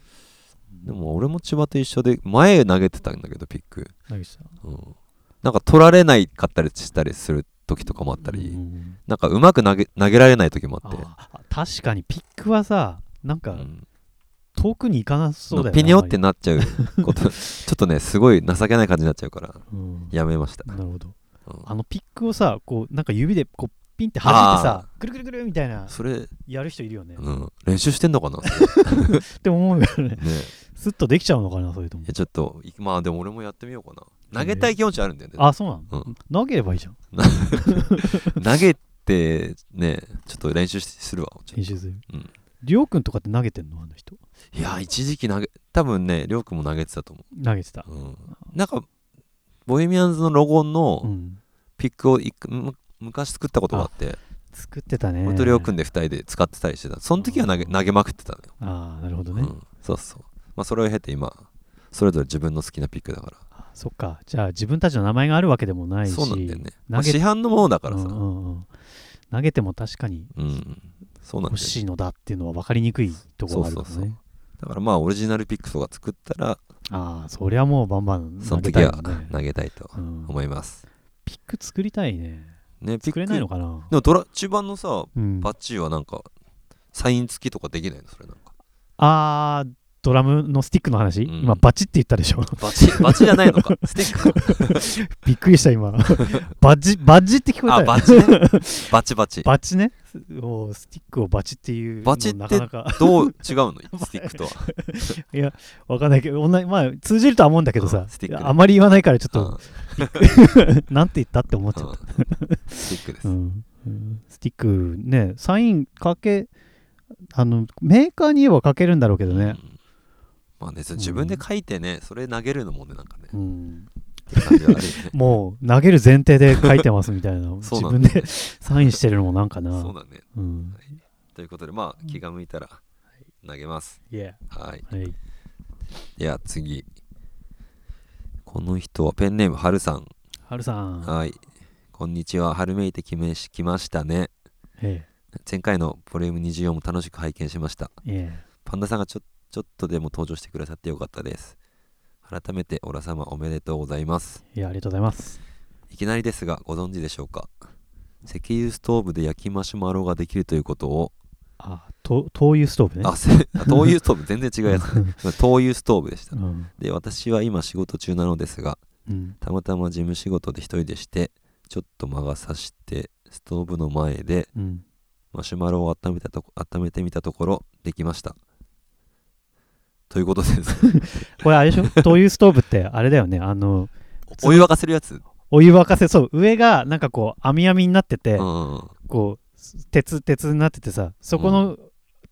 Speaker 1: でも俺も千葉と一緒で前投げてたんだけどピック、
Speaker 2: 投げてた
Speaker 1: うん、なんか取られないかったりしたりする時とかもあったり、
Speaker 2: うん
Speaker 1: なんかうまく投げ投げられない時もあって
Speaker 2: ああ確かにピックはさなん
Speaker 1: う
Speaker 2: か
Speaker 1: ん
Speaker 2: 遠くに行かなそうだよね
Speaker 1: ピニョって
Speaker 2: あんま
Speaker 1: なっちゃうこと ちょっとねすごい情けない感じになっちゃうから
Speaker 2: りうん
Speaker 1: やめました、
Speaker 2: なるほど
Speaker 1: うん
Speaker 2: あのピックをさこうなんか指でこうピンって弾いてさくるくるくるみたいな
Speaker 1: それ、
Speaker 2: やる人いるよね、っ
Speaker 1: うん、練習してんのかなね
Speaker 2: て思うよね
Speaker 1: い
Speaker 2: スッとできちゃうのかなそれとも
Speaker 1: やちょっといまあでも俺もやってみようかな投げたい気持ちあるんだよね、
Speaker 2: あそうなの、
Speaker 1: うん
Speaker 2: 投げればいいじゃん
Speaker 1: 投げてねちょっと練習しするわちょっと
Speaker 2: 練習する
Speaker 1: うん
Speaker 2: りょうくんとかって投げてんのあの人
Speaker 1: いや一時期投げ多分ねりょうくんも投げてたと思
Speaker 2: 投げてた
Speaker 1: う、うん、なんかボヘミアンズのロゴ
Speaker 2: う
Speaker 1: の
Speaker 2: ん
Speaker 1: ピックをいくむ昔作ったことがあって
Speaker 2: 作ってたね
Speaker 1: 俺とりょうくんで2人で使ってたりしてたその時は投げ
Speaker 2: うん
Speaker 1: 投げまくってたのよ
Speaker 2: ああなるほど
Speaker 1: う
Speaker 2: ね、
Speaker 1: ん、そうそうまあそれを経て今それぞれ自分の好きなピックだから
Speaker 2: そっかじゃあ自分たちの名前があるわけでもないし
Speaker 1: そうなんだよね、ま
Speaker 2: 投
Speaker 1: あ、
Speaker 2: げ
Speaker 1: 市販のものだからさ
Speaker 2: うんうんうん投げても確かに
Speaker 1: うん、そうなん
Speaker 2: 欲
Speaker 1: だよ
Speaker 2: しいのだっていうのは分かりにくいところがあるからね
Speaker 1: そうそうそうだからまあオリジナルピックとか作ったら
Speaker 2: ああそりゃもうバンバン
Speaker 1: そ
Speaker 2: 投
Speaker 1: の
Speaker 2: げ
Speaker 1: 時
Speaker 2: たい
Speaker 1: は
Speaker 2: もんね
Speaker 1: 投げたいと
Speaker 2: うん
Speaker 1: 思います、
Speaker 2: ピック作りたいね
Speaker 1: ねピック
Speaker 2: 作れないのかな
Speaker 1: でもドラ中盤のさ
Speaker 2: うん
Speaker 1: バッチーはなんかサイン付きとかできないのそれなんか
Speaker 2: あードラムのスティックの話、
Speaker 1: うん
Speaker 2: 今バチって言ったでしょ
Speaker 1: バ チバチじゃないのかスティックか
Speaker 2: びっくりした今 バチバチって聞こえた
Speaker 1: あ
Speaker 2: よ
Speaker 1: バチねバチバチ
Speaker 2: バチねおスティックをバチっていう
Speaker 1: バチって
Speaker 2: のなかなか
Speaker 1: どう違う のスティックとは
Speaker 2: わかんないけど同じまあ通じるとは思うんだけど
Speaker 1: う
Speaker 2: さ
Speaker 1: んスティックね
Speaker 2: あまり言わないからちょっ
Speaker 1: うん
Speaker 2: と、なんて言ったって思っちゃった
Speaker 1: うんスティックです、
Speaker 2: うんうんスティックねサインかけあのメーカーに言えばかけるんだろうけど
Speaker 1: う
Speaker 2: ね、
Speaker 1: んまあねそれ自分で書いてね、それ投げるのもねなんかね、
Speaker 2: うん
Speaker 1: って感じはあるよね
Speaker 2: もう投げる前提で書いてますみたいな
Speaker 1: そうなん
Speaker 2: 自分
Speaker 1: だね
Speaker 2: で サインしてるのもなんかな
Speaker 1: そうだね
Speaker 2: うん
Speaker 1: ということでまあ気が向いたら投げます
Speaker 2: いや
Speaker 1: はい
Speaker 2: はい
Speaker 1: では次この人はペンネームはるさん
Speaker 2: はるさん
Speaker 1: はいこんにちは春めいてきめしきましたね
Speaker 2: え
Speaker 1: 前回のボリューム24も楽しく拝見しました
Speaker 2: ええ
Speaker 1: パンダさんがちょちょっとでも登場してくださってよかったです改めてオラ様おめでとうございます
Speaker 2: えいやありがとうございます
Speaker 1: いきなりですがご存知でしょうか石油ストーブで焼きマシュマロができるということを
Speaker 2: あと灯油ストーブね
Speaker 1: あせあ灯油ストーブ全然違うやつね灯油ストーブでした
Speaker 2: うん
Speaker 1: で私は今仕事中なのですが
Speaker 2: うん
Speaker 1: たまたま事務仕事で一人でしてちょっと間が差してストーブの前で
Speaker 2: うん
Speaker 1: マシュマロを温めたとこ温めてみたところできましたということです
Speaker 2: これあれでしょ 灯油ストーブってあれだよねあの
Speaker 1: お湯沸かせるやつ、
Speaker 2: お湯沸かせそう上がなんかこう網網になってて、
Speaker 1: うんうんうん
Speaker 2: こう鉄鉄になっててさそこの、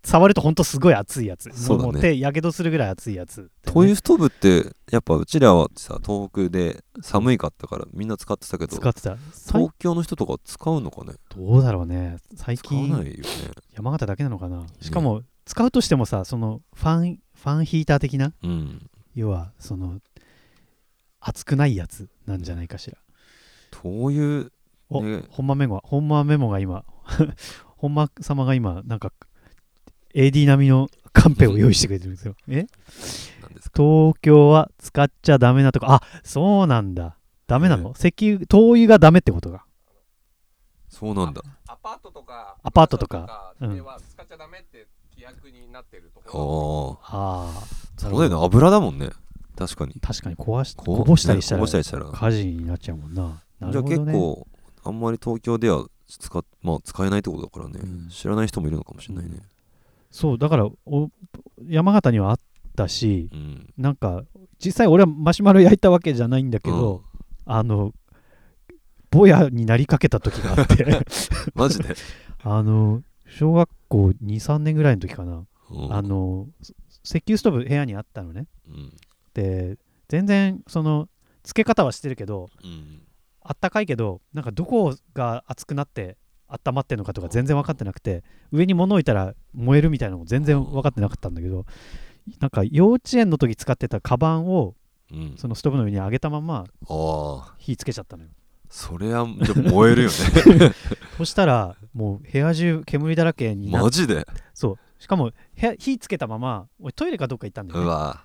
Speaker 2: 触るとほんとすごい熱いやつ
Speaker 1: そうだね
Speaker 2: もう手やけどするぐらい熱いやつだよね、
Speaker 1: 灯油ストーブってやっぱうちらはさ東北で寒いかったからみんな使ってたけど
Speaker 2: 使ってたさい
Speaker 1: 東京の人とか使うのかね
Speaker 2: どうだろうね最
Speaker 1: 使わない
Speaker 2: 近
Speaker 1: よね
Speaker 2: 山形だけなのかなしかも使うとしてもさそのファンファンヒーター的な
Speaker 1: うん
Speaker 2: 要はその熱くないやつなんじゃないかしら
Speaker 1: 灯油
Speaker 2: お、
Speaker 1: ね
Speaker 2: 本間メモ本間メモが今 本間様が今なんか AD 並みのカンペを用意してくれてるんですよえ
Speaker 1: なんですか
Speaker 2: 東京は使っちゃダメなとこあそうなんだダメなの、石油灯油がダメってことが
Speaker 1: そうなんだ
Speaker 3: アパートとか
Speaker 2: アパートとか
Speaker 3: マンションとでは使っちゃダメって規約になってると
Speaker 1: ああ
Speaker 3: こ
Speaker 2: ああ
Speaker 1: そうだよね油だもんね確かに
Speaker 2: 確かに壊し
Speaker 1: こう
Speaker 2: こぼしたりした
Speaker 1: ねこ
Speaker 2: ら
Speaker 1: ぼしたりしたら
Speaker 2: 火事になっちゃうもんなな
Speaker 1: じゃ
Speaker 2: る
Speaker 1: あ
Speaker 2: ほど
Speaker 1: 結
Speaker 2: ね
Speaker 1: 構あんまり東京では使っ、まあ、使えないってことだからね、
Speaker 2: うん
Speaker 1: 知らない人もいるのかもしれないね
Speaker 2: そうだからお山形にはあったし
Speaker 1: うん、うん
Speaker 2: なんか実際俺はマシュマロ焼いたわけじゃないんだけど、 あのぼやになりかけた時があって
Speaker 1: マジで、
Speaker 2: あの小学校23年ぐらいの時かな、
Speaker 1: うん
Speaker 2: あ、のせ石油ストーブ部屋にあったのね
Speaker 1: うん
Speaker 2: で全然そのつけ方はしてるけど
Speaker 1: うん
Speaker 2: あったかいけどなんかどこが熱くなって温まってるのかとか全然分かってなくて上に物置いたら燃えるみたいなのも全然分かってなかったんだけどなんか幼稚園の時使ってたカバンを
Speaker 1: うん、
Speaker 2: そのストーブの上に上げたまま
Speaker 1: ああ
Speaker 2: 火つけちゃったのよ
Speaker 1: それはじゃあ燃えるよ ね
Speaker 2: そしたらもう部屋中煙だらけになっ
Speaker 1: マジで
Speaker 2: そうしかも部屋火つけたまま俺トイレかどっか行ったんだ
Speaker 1: う
Speaker 2: よ、ね、
Speaker 1: わ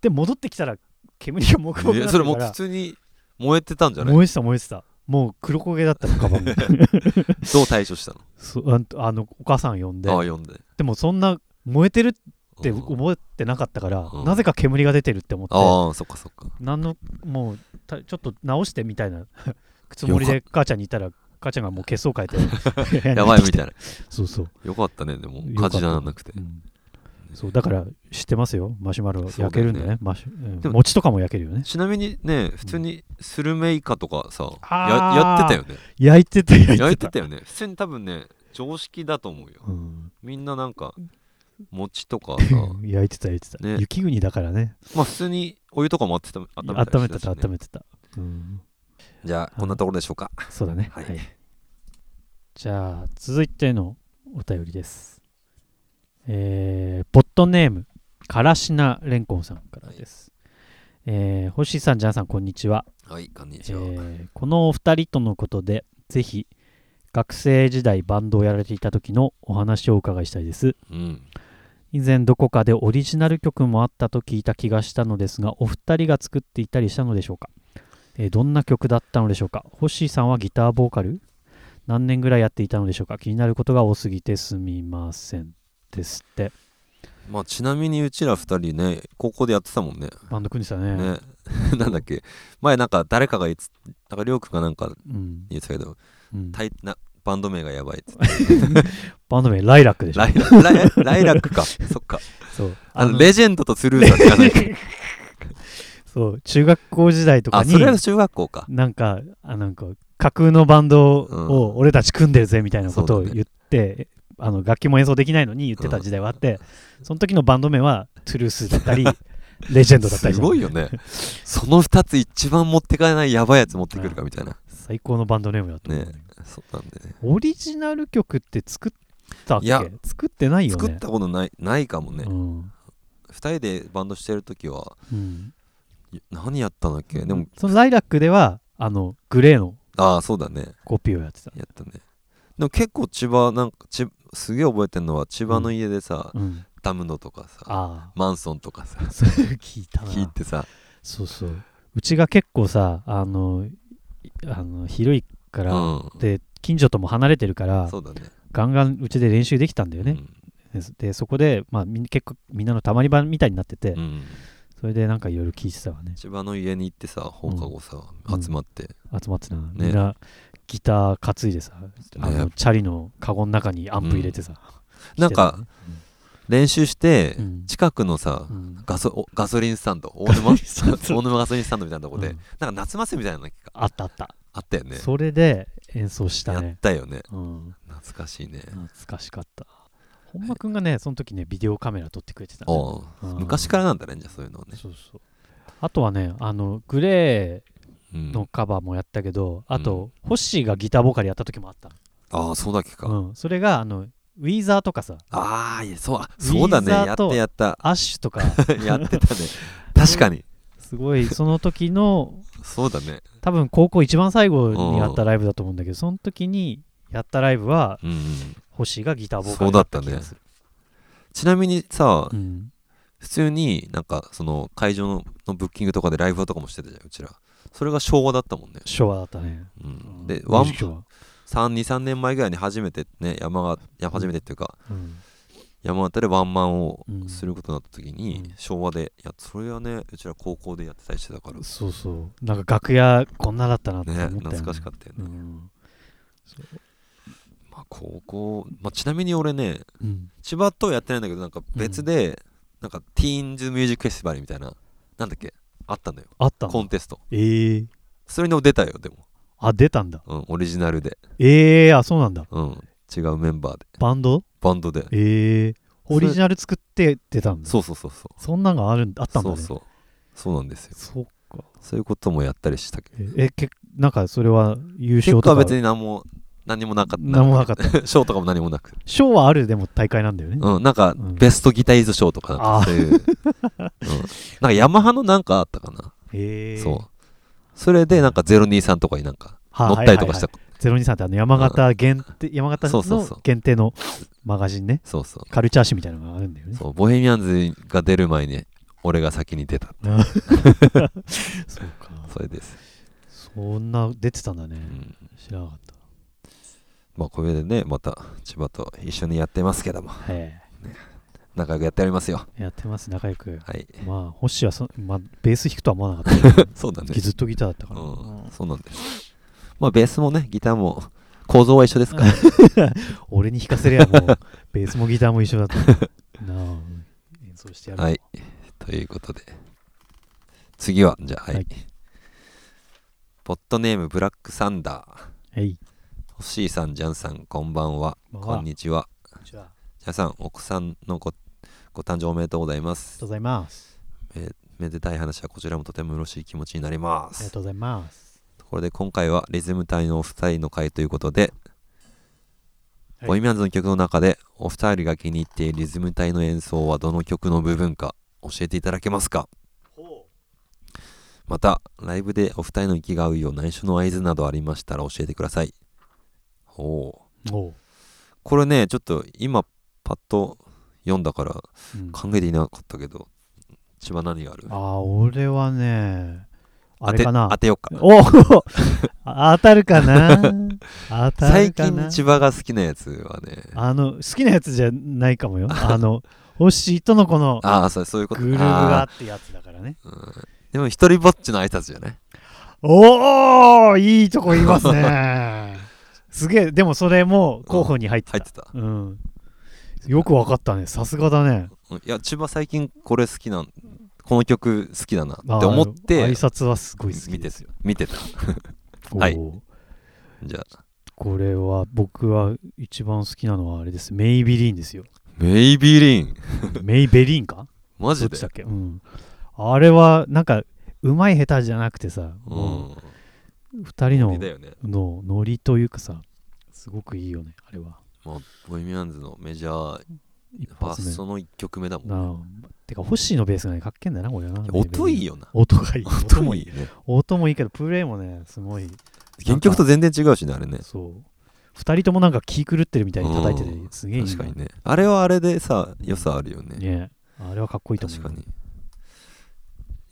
Speaker 2: で戻ってきたら煙がもくもくなっ
Speaker 1: え
Speaker 2: て
Speaker 1: そ
Speaker 2: る
Speaker 1: れもう普
Speaker 2: から
Speaker 1: 通に燃えてたんじゃない
Speaker 2: 燃えてた燃えてたもう黒焦げだったのカバンも
Speaker 1: どう対処したの
Speaker 2: そうあんあのお母さん呼んで
Speaker 1: ああ読んで
Speaker 2: でもそんな燃えてるって
Speaker 1: うん
Speaker 2: 覚えてなかったから、
Speaker 1: うん
Speaker 2: なぜか煙が出てるって思って、
Speaker 1: ああそっかそっか
Speaker 2: なんのもうたちょっと直してみたいな つもりで母ちゃんにいたら母ちゃんがもう血相変えて部屋 に
Speaker 1: や
Speaker 2: 入
Speaker 1: ば
Speaker 2: っ
Speaker 1: い
Speaker 2: てき
Speaker 1: み
Speaker 2: て
Speaker 1: たいな
Speaker 2: そうそう、
Speaker 1: よかったねでも
Speaker 2: よか
Speaker 1: 火
Speaker 2: った
Speaker 1: 事じゃなくて
Speaker 2: うんそうだから知ってますよマシュマロ
Speaker 1: そうだよ
Speaker 2: 焼
Speaker 1: ね
Speaker 2: けるんだねマシュうん
Speaker 1: でも
Speaker 2: 餅とかも焼けるよね
Speaker 1: ちなみにね普通にスルメイカとかさ
Speaker 2: あー
Speaker 1: ややってたよね
Speaker 2: 焼いてた焼いてた
Speaker 1: 焼いてたよね普通に多分ね常識だと思うよ
Speaker 2: うん
Speaker 1: みんななんか餅とかさ
Speaker 2: 焼いてた焼いてた、
Speaker 1: ね
Speaker 2: 雪国だからね
Speaker 1: まあ普通にお湯とかも温め温めた
Speaker 2: 温
Speaker 1: り
Speaker 2: め
Speaker 1: してたしたね
Speaker 2: 温めてた、うん
Speaker 1: じゃあこんなところでしょうか
Speaker 2: そうだね。
Speaker 1: はい
Speaker 2: じゃあ、続いてのお便りです。えー、ポットネーム、からしなれんこんさんからです。えー星さん、ジャンさん、こんにちは。
Speaker 1: はいこんに
Speaker 2: え
Speaker 1: ちは
Speaker 2: ーこのお二人とのことで、ぜひ、学生時代バンドをやられていた時のお話をお伺いしたいです。
Speaker 1: うん
Speaker 2: 以前どこかでオリジナル曲もあったと聞いた気がしたのですがお二人が作っていたりしたのでしょうか、えーどんな曲だったのでしょうか星さんはギターボーカル何年ぐらいやっていたのでしょうか気になることが多すぎてすみませんですって
Speaker 1: まあちなみにうちら二人ね高校でやってたもんね
Speaker 2: バンド組んでたね
Speaker 1: ね なんだっけ前なんか誰かが言ってなんかりょうくんがなんか
Speaker 2: うん
Speaker 1: 言ってたけど
Speaker 2: うん
Speaker 1: タイなバンド名がやばいっつって
Speaker 2: バンド名ライラックでしょ
Speaker 1: ライライライラックかそっか
Speaker 2: そう
Speaker 1: あの
Speaker 2: あの
Speaker 1: レジェンドとスルーザーしかないか
Speaker 2: そう中学校時代とか
Speaker 1: あ
Speaker 2: に
Speaker 1: それは中学校か
Speaker 2: なんかあなんか架空のバンドを俺たち組んでるぜみたいなことを
Speaker 1: そうだね
Speaker 2: 言って、あの楽器も演奏できないのに言ってた時代はあって、その時のバンド名はトゥルースだった りレジェンドだったり
Speaker 1: す
Speaker 2: した
Speaker 1: ごいよねその2つ一番持ってかないやばいやつ持ってくるかみたいな
Speaker 2: 最高のバンドネームだと思う、ね
Speaker 1: ねそうなんでね
Speaker 2: オリジナル曲って作ったっけ
Speaker 1: いや
Speaker 2: 作ってないよね
Speaker 1: 作ったことないないかもね
Speaker 2: うん
Speaker 1: 2人でバンドしてる時は
Speaker 2: うん
Speaker 1: い何やったんだっけでも
Speaker 2: そのライラックではあのグレーの
Speaker 1: ああそうだね
Speaker 2: コピーをやってた、
Speaker 1: やったねでも結構千葉なんかちすげえ覚えてるのは千葉の家でさ、
Speaker 2: うん、
Speaker 1: ダムノとかさ
Speaker 2: あ
Speaker 1: マンソンとかさ
Speaker 2: あ それ聞いたな
Speaker 1: 聞いてさ
Speaker 2: そうそううちが結構さあのいあの広いか
Speaker 1: う
Speaker 2: ら、
Speaker 1: ん
Speaker 2: で近所とも離れてるから
Speaker 1: そうだね
Speaker 2: ガンガンうちで練習できたんだよね、ででそこで、まあ、みん結構みんなのたまり場みたいになってて、
Speaker 1: うんうん
Speaker 2: それでなんかいろいろ聞いてたわね
Speaker 1: 千葉の家に行ってさ放課後さ、
Speaker 2: うん
Speaker 1: 集まって
Speaker 2: 集まってたな、みんなギター担いでさ、あのチャリのカゴの中にアンプ入れてさ、
Speaker 1: なんか練習して、
Speaker 2: うん
Speaker 1: 近くのさ、
Speaker 2: うんうん
Speaker 1: ガソおガソリンスタンド大沼
Speaker 2: そうそう
Speaker 1: 大沼ガソリンスタンドみたいなとこで、
Speaker 2: うん
Speaker 1: なんか夏祭りみたいなのが
Speaker 2: あったあった、
Speaker 1: あったよね
Speaker 2: それで演奏した
Speaker 1: やっ
Speaker 2: ね、
Speaker 1: たよね
Speaker 2: うん、
Speaker 1: 懐かしいね、
Speaker 2: 懐かしかった本間くんがねその時ねビデオカメラ撮ってくれてたね、
Speaker 1: おう
Speaker 2: うん
Speaker 1: 昔からなんだねじゃあそういうのはね、
Speaker 2: そうそうあとはねあのグレ
Speaker 1: うん
Speaker 2: ーのカバーもやったけど、あとホッシーがギターボーカルやった時もあったの
Speaker 1: ああそうだっけか、
Speaker 2: うん、それがあのウィーザーとかさ
Speaker 1: ああいやそうあそうだね
Speaker 2: ウィ
Speaker 1: や
Speaker 2: ザー
Speaker 1: っ
Speaker 2: と
Speaker 1: たやった
Speaker 2: アッシ ュとか
Speaker 1: やってたね確かに
Speaker 2: すごいその時の
Speaker 1: そうだね
Speaker 2: 多分高校一番最後にやったライブだと思うんだけどその時にやったライブは
Speaker 1: うんうん
Speaker 2: 星がギターボーカ
Speaker 1: そう
Speaker 2: ル
Speaker 1: だ
Speaker 2: だ
Speaker 1: っ
Speaker 2: ったた
Speaker 1: ね
Speaker 2: 気がする
Speaker 1: ちなみにさ、
Speaker 2: うん
Speaker 1: 普通になんかその会場のブッキングとかでライブとかもしてたじゃんうちらそれが昭和だったもんね、
Speaker 2: 昭和だったね
Speaker 1: うん、でワン
Speaker 2: ミュージックは
Speaker 1: 323年前ぐらいに初めてね山がいや初めてっていうか
Speaker 2: うん
Speaker 1: 山形でワンマンを
Speaker 2: うん
Speaker 1: することになった時に、
Speaker 2: うん
Speaker 1: 昭和でいやそれはねうちら高校でやってたりしてたからね
Speaker 2: そうそうなんか楽屋こんなだったなって思ったよ、ね、
Speaker 1: 懐かしかったよね、
Speaker 2: うん
Speaker 1: まあ高校、まあ、ちなみに俺ね
Speaker 2: うん
Speaker 1: 千葉とはやってないんだけどなんか別で、なんかティーンズミュージックフェスティバルみたいななんだっけあったのよ
Speaker 2: あった
Speaker 1: コ
Speaker 2: の
Speaker 1: ンテスト
Speaker 2: ええ
Speaker 1: それにも出たよでも、
Speaker 2: あ出たんだ
Speaker 1: うん、オリジナルで、
Speaker 2: ええあそうなんだ
Speaker 1: うん、違うメンバーで
Speaker 2: バンド
Speaker 1: バンドで
Speaker 2: ええ
Speaker 1: それ
Speaker 2: オリジナル作って出たんだ
Speaker 1: そうそうそうそう
Speaker 2: そんなのがあるんあったんだ
Speaker 1: そう
Speaker 2: ね
Speaker 1: そうそうなんですよ
Speaker 2: そうか
Speaker 1: そういうこともやったりしたけど
Speaker 2: ええけなんかそれは優
Speaker 1: 結
Speaker 2: 勝
Speaker 1: 果
Speaker 2: と
Speaker 1: は
Speaker 2: か
Speaker 1: 別に何も何もなかった
Speaker 2: 何もなかった
Speaker 1: 賞とかも何もなく、
Speaker 2: 賞はあるでも大会なんだよね、
Speaker 1: うん、なんか
Speaker 2: うん
Speaker 1: ベストギターイズ賞とかなんか
Speaker 2: あー
Speaker 1: そういう、うん、なんかヤマハのなんかあったかな、
Speaker 2: へえ
Speaker 1: そうそれでなんか023とかになんか乗ったりとかした、
Speaker 2: はいはいはい、023ってあの山形限定、山形
Speaker 1: そうそうそ
Speaker 2: の
Speaker 1: う
Speaker 2: 限定のマガジンね
Speaker 1: そうそう
Speaker 2: カルチャー誌みたいなのがあるんだよね
Speaker 1: そうボヘミアンズが出る前に俺が先に出た
Speaker 2: あそうか
Speaker 1: それです、
Speaker 2: そんな出てたんだね、
Speaker 1: うん、
Speaker 2: 知らなかった
Speaker 1: まあこれでねまた千葉と一緒にやってますけども
Speaker 2: はい
Speaker 1: 仲良くやっておりますよ
Speaker 2: やってます仲良く
Speaker 1: はい
Speaker 2: まあ星はそ、まあ、ベース弾くとは思わなかったけど
Speaker 1: そう だね
Speaker 2: ずっとギターだったから、
Speaker 1: うん、そうなんですまあベースもねギターも構造は一緒ですから
Speaker 2: 俺に弾かせりゃもう ベースもギターも一緒だ ったなあ演奏してやるわ
Speaker 1: はいということで次はじゃあはい、
Speaker 2: はい
Speaker 1: ポットネームブラックサンダー
Speaker 2: はい
Speaker 1: ホッシーさんジャンさんこんばんは
Speaker 2: こんばんは
Speaker 1: こんにちは
Speaker 2: じゃああ
Speaker 1: ジ
Speaker 2: りが
Speaker 1: ャンさん奥さんのごご誕生おめでとうございます
Speaker 2: とうございます
Speaker 1: めでたい話はこちらもとても嬉しい気持ちになりま
Speaker 2: ありが
Speaker 1: す
Speaker 2: とうございます
Speaker 1: ところで今回はリズム隊のお二人の回ということで、
Speaker 2: はい
Speaker 1: ボイミャンズの曲の中でお二人が気に入っているリズム隊の演奏はどの曲の部分か教えていただけますかまたライブでお二人の息が合うよう内緒の合図などありましたら教えてくださいおお
Speaker 2: おう、
Speaker 1: うこれねちょっと今パッと読んだから
Speaker 2: うん
Speaker 1: 考えていなかったけど千葉何がある
Speaker 2: ああ俺はねあれかな
Speaker 1: 当て当てようか
Speaker 2: おあ 当たるかな当たる
Speaker 1: 最
Speaker 2: か
Speaker 1: 近
Speaker 2: な
Speaker 1: 千葉が好きなやつはね
Speaker 2: あの好きなやつじゃないか もよあの星とのこの
Speaker 1: ああそうそういうこ
Speaker 2: グ
Speaker 1: と
Speaker 2: ルーブがってやつだからね
Speaker 1: あーうんでも一人ぼっちの挨拶じゃない
Speaker 2: おおいいとこ言いま すねすげえでもそれも候補に入ってた
Speaker 1: 入ってた、
Speaker 2: うんよくわかったねさすがだね
Speaker 1: うんいや千葉最近これ好きなんこの曲好きだな
Speaker 2: あー
Speaker 1: って思って
Speaker 2: 挨拶はすごい好き
Speaker 1: 見
Speaker 2: で
Speaker 1: て
Speaker 2: すよ
Speaker 1: 見てたはい
Speaker 2: おー
Speaker 1: じゃあ
Speaker 2: これは僕は一番好きなのはあれですメイビリーンですよ
Speaker 1: メイビーリン
Speaker 2: メイベリーンか
Speaker 1: マ
Speaker 2: どっ
Speaker 1: ジで
Speaker 2: ちだっけ、うん、あれはなんかうまい下手じゃなくてさ、
Speaker 1: う
Speaker 2: も
Speaker 1: ん
Speaker 2: う2人
Speaker 1: ノリ
Speaker 2: の
Speaker 1: だよね
Speaker 2: のノリというかさすごくいいよねあれは
Speaker 1: まあボイミアンズのメジャー
Speaker 2: 一
Speaker 1: ファー
Speaker 2: 発目
Speaker 1: ストの1曲目だもんね
Speaker 2: なあてか星のベースがねかっけえんだよなこれない
Speaker 1: や音いいよな
Speaker 2: 音 がいい音もいい
Speaker 1: よね
Speaker 2: 音もいいけどプレイもねすごい
Speaker 1: 原曲と全然違うしねあれね
Speaker 2: そう2人ともなんか気狂ってるみたいに叩いてて
Speaker 1: うん
Speaker 2: すげえいいな
Speaker 1: 確かにねあれはあれでさ良さあるよね
Speaker 2: ねあれはかっこいいと思う
Speaker 1: 確かに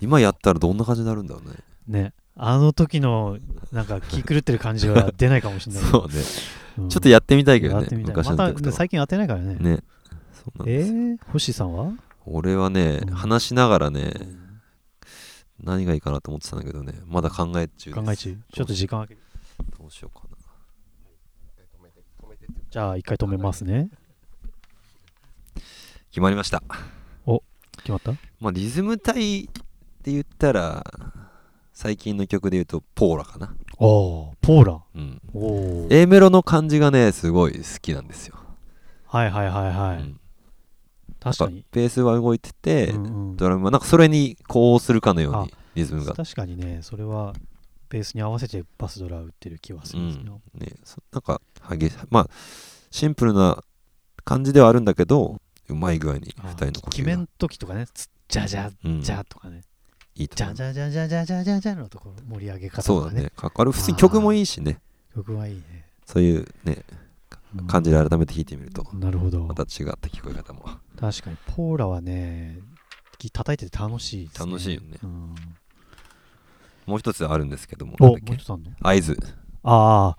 Speaker 1: 今やったらどんな感じになるんだろうね
Speaker 2: ねあの時のなんか気狂ってる感じ は出ないかもしれないけど
Speaker 1: そうね
Speaker 2: うん
Speaker 1: ちょっとやってみたいけ
Speaker 2: や
Speaker 1: ど
Speaker 2: っ
Speaker 1: ね
Speaker 2: てみたい
Speaker 1: 昔の
Speaker 2: ま
Speaker 1: 曲
Speaker 2: た
Speaker 1: とか
Speaker 2: 最近当てないからね
Speaker 1: ねそうなん
Speaker 2: え
Speaker 1: です
Speaker 2: ー、星さんは、
Speaker 1: 俺はね
Speaker 2: うん
Speaker 1: 話しながらね何がいいかなと思ってたんだけどねまだ考え中です
Speaker 2: 考え中ちょっと時間空け
Speaker 1: どうしようかな
Speaker 2: じゃあ一回止めますね
Speaker 1: 決まりました
Speaker 2: 決まった
Speaker 1: まあリズム体って言ったら最近の曲で言うとポーラかな
Speaker 2: おーポーラ
Speaker 1: うん
Speaker 2: おー
Speaker 1: A メロの感じがねすごい好きなんですよ、
Speaker 2: はいはいはいはい、
Speaker 1: うん
Speaker 2: 確かに、
Speaker 1: ベースは動いてて、
Speaker 2: うんうん
Speaker 1: ドラムはなんかそれに呼応するかのようにリズムが、
Speaker 2: 確かにねそれはベースに合わせてバスドラ打ってる気はす
Speaker 1: う
Speaker 2: るんです
Speaker 1: ん
Speaker 2: よ、
Speaker 1: ね、そなんか激しまあシンプルな感じではあるんだけどうまい具合に
Speaker 2: あー
Speaker 1: 2人の呼
Speaker 2: 決
Speaker 1: 吸
Speaker 2: め
Speaker 1: が
Speaker 2: ん、時とかねつじゃじゃ
Speaker 1: うん、
Speaker 2: じゃとかね、
Speaker 1: いいと
Speaker 2: じ
Speaker 1: 思
Speaker 2: ゃ
Speaker 1: う
Speaker 2: じゃじゃじゃじゃじゃじゃじゃのところ盛り上げ方
Speaker 1: そ
Speaker 2: と
Speaker 1: う
Speaker 2: か
Speaker 1: だ
Speaker 2: ね
Speaker 1: ねかあれ普通に曲もいいしね
Speaker 2: 曲はいいね、
Speaker 1: そういうね
Speaker 2: うん
Speaker 1: 感じで改めて弾いてみると、
Speaker 2: なるほど
Speaker 1: また違った聞こえ方も
Speaker 2: 確かにポーラはねき叩いてて楽しいです、ね、
Speaker 1: 楽しいよね
Speaker 2: うん、
Speaker 1: もう一つあるんですけどもなんだ
Speaker 2: おも
Speaker 1: っ
Speaker 2: う
Speaker 1: け
Speaker 2: 一つあんの
Speaker 1: 合図
Speaker 2: ああ、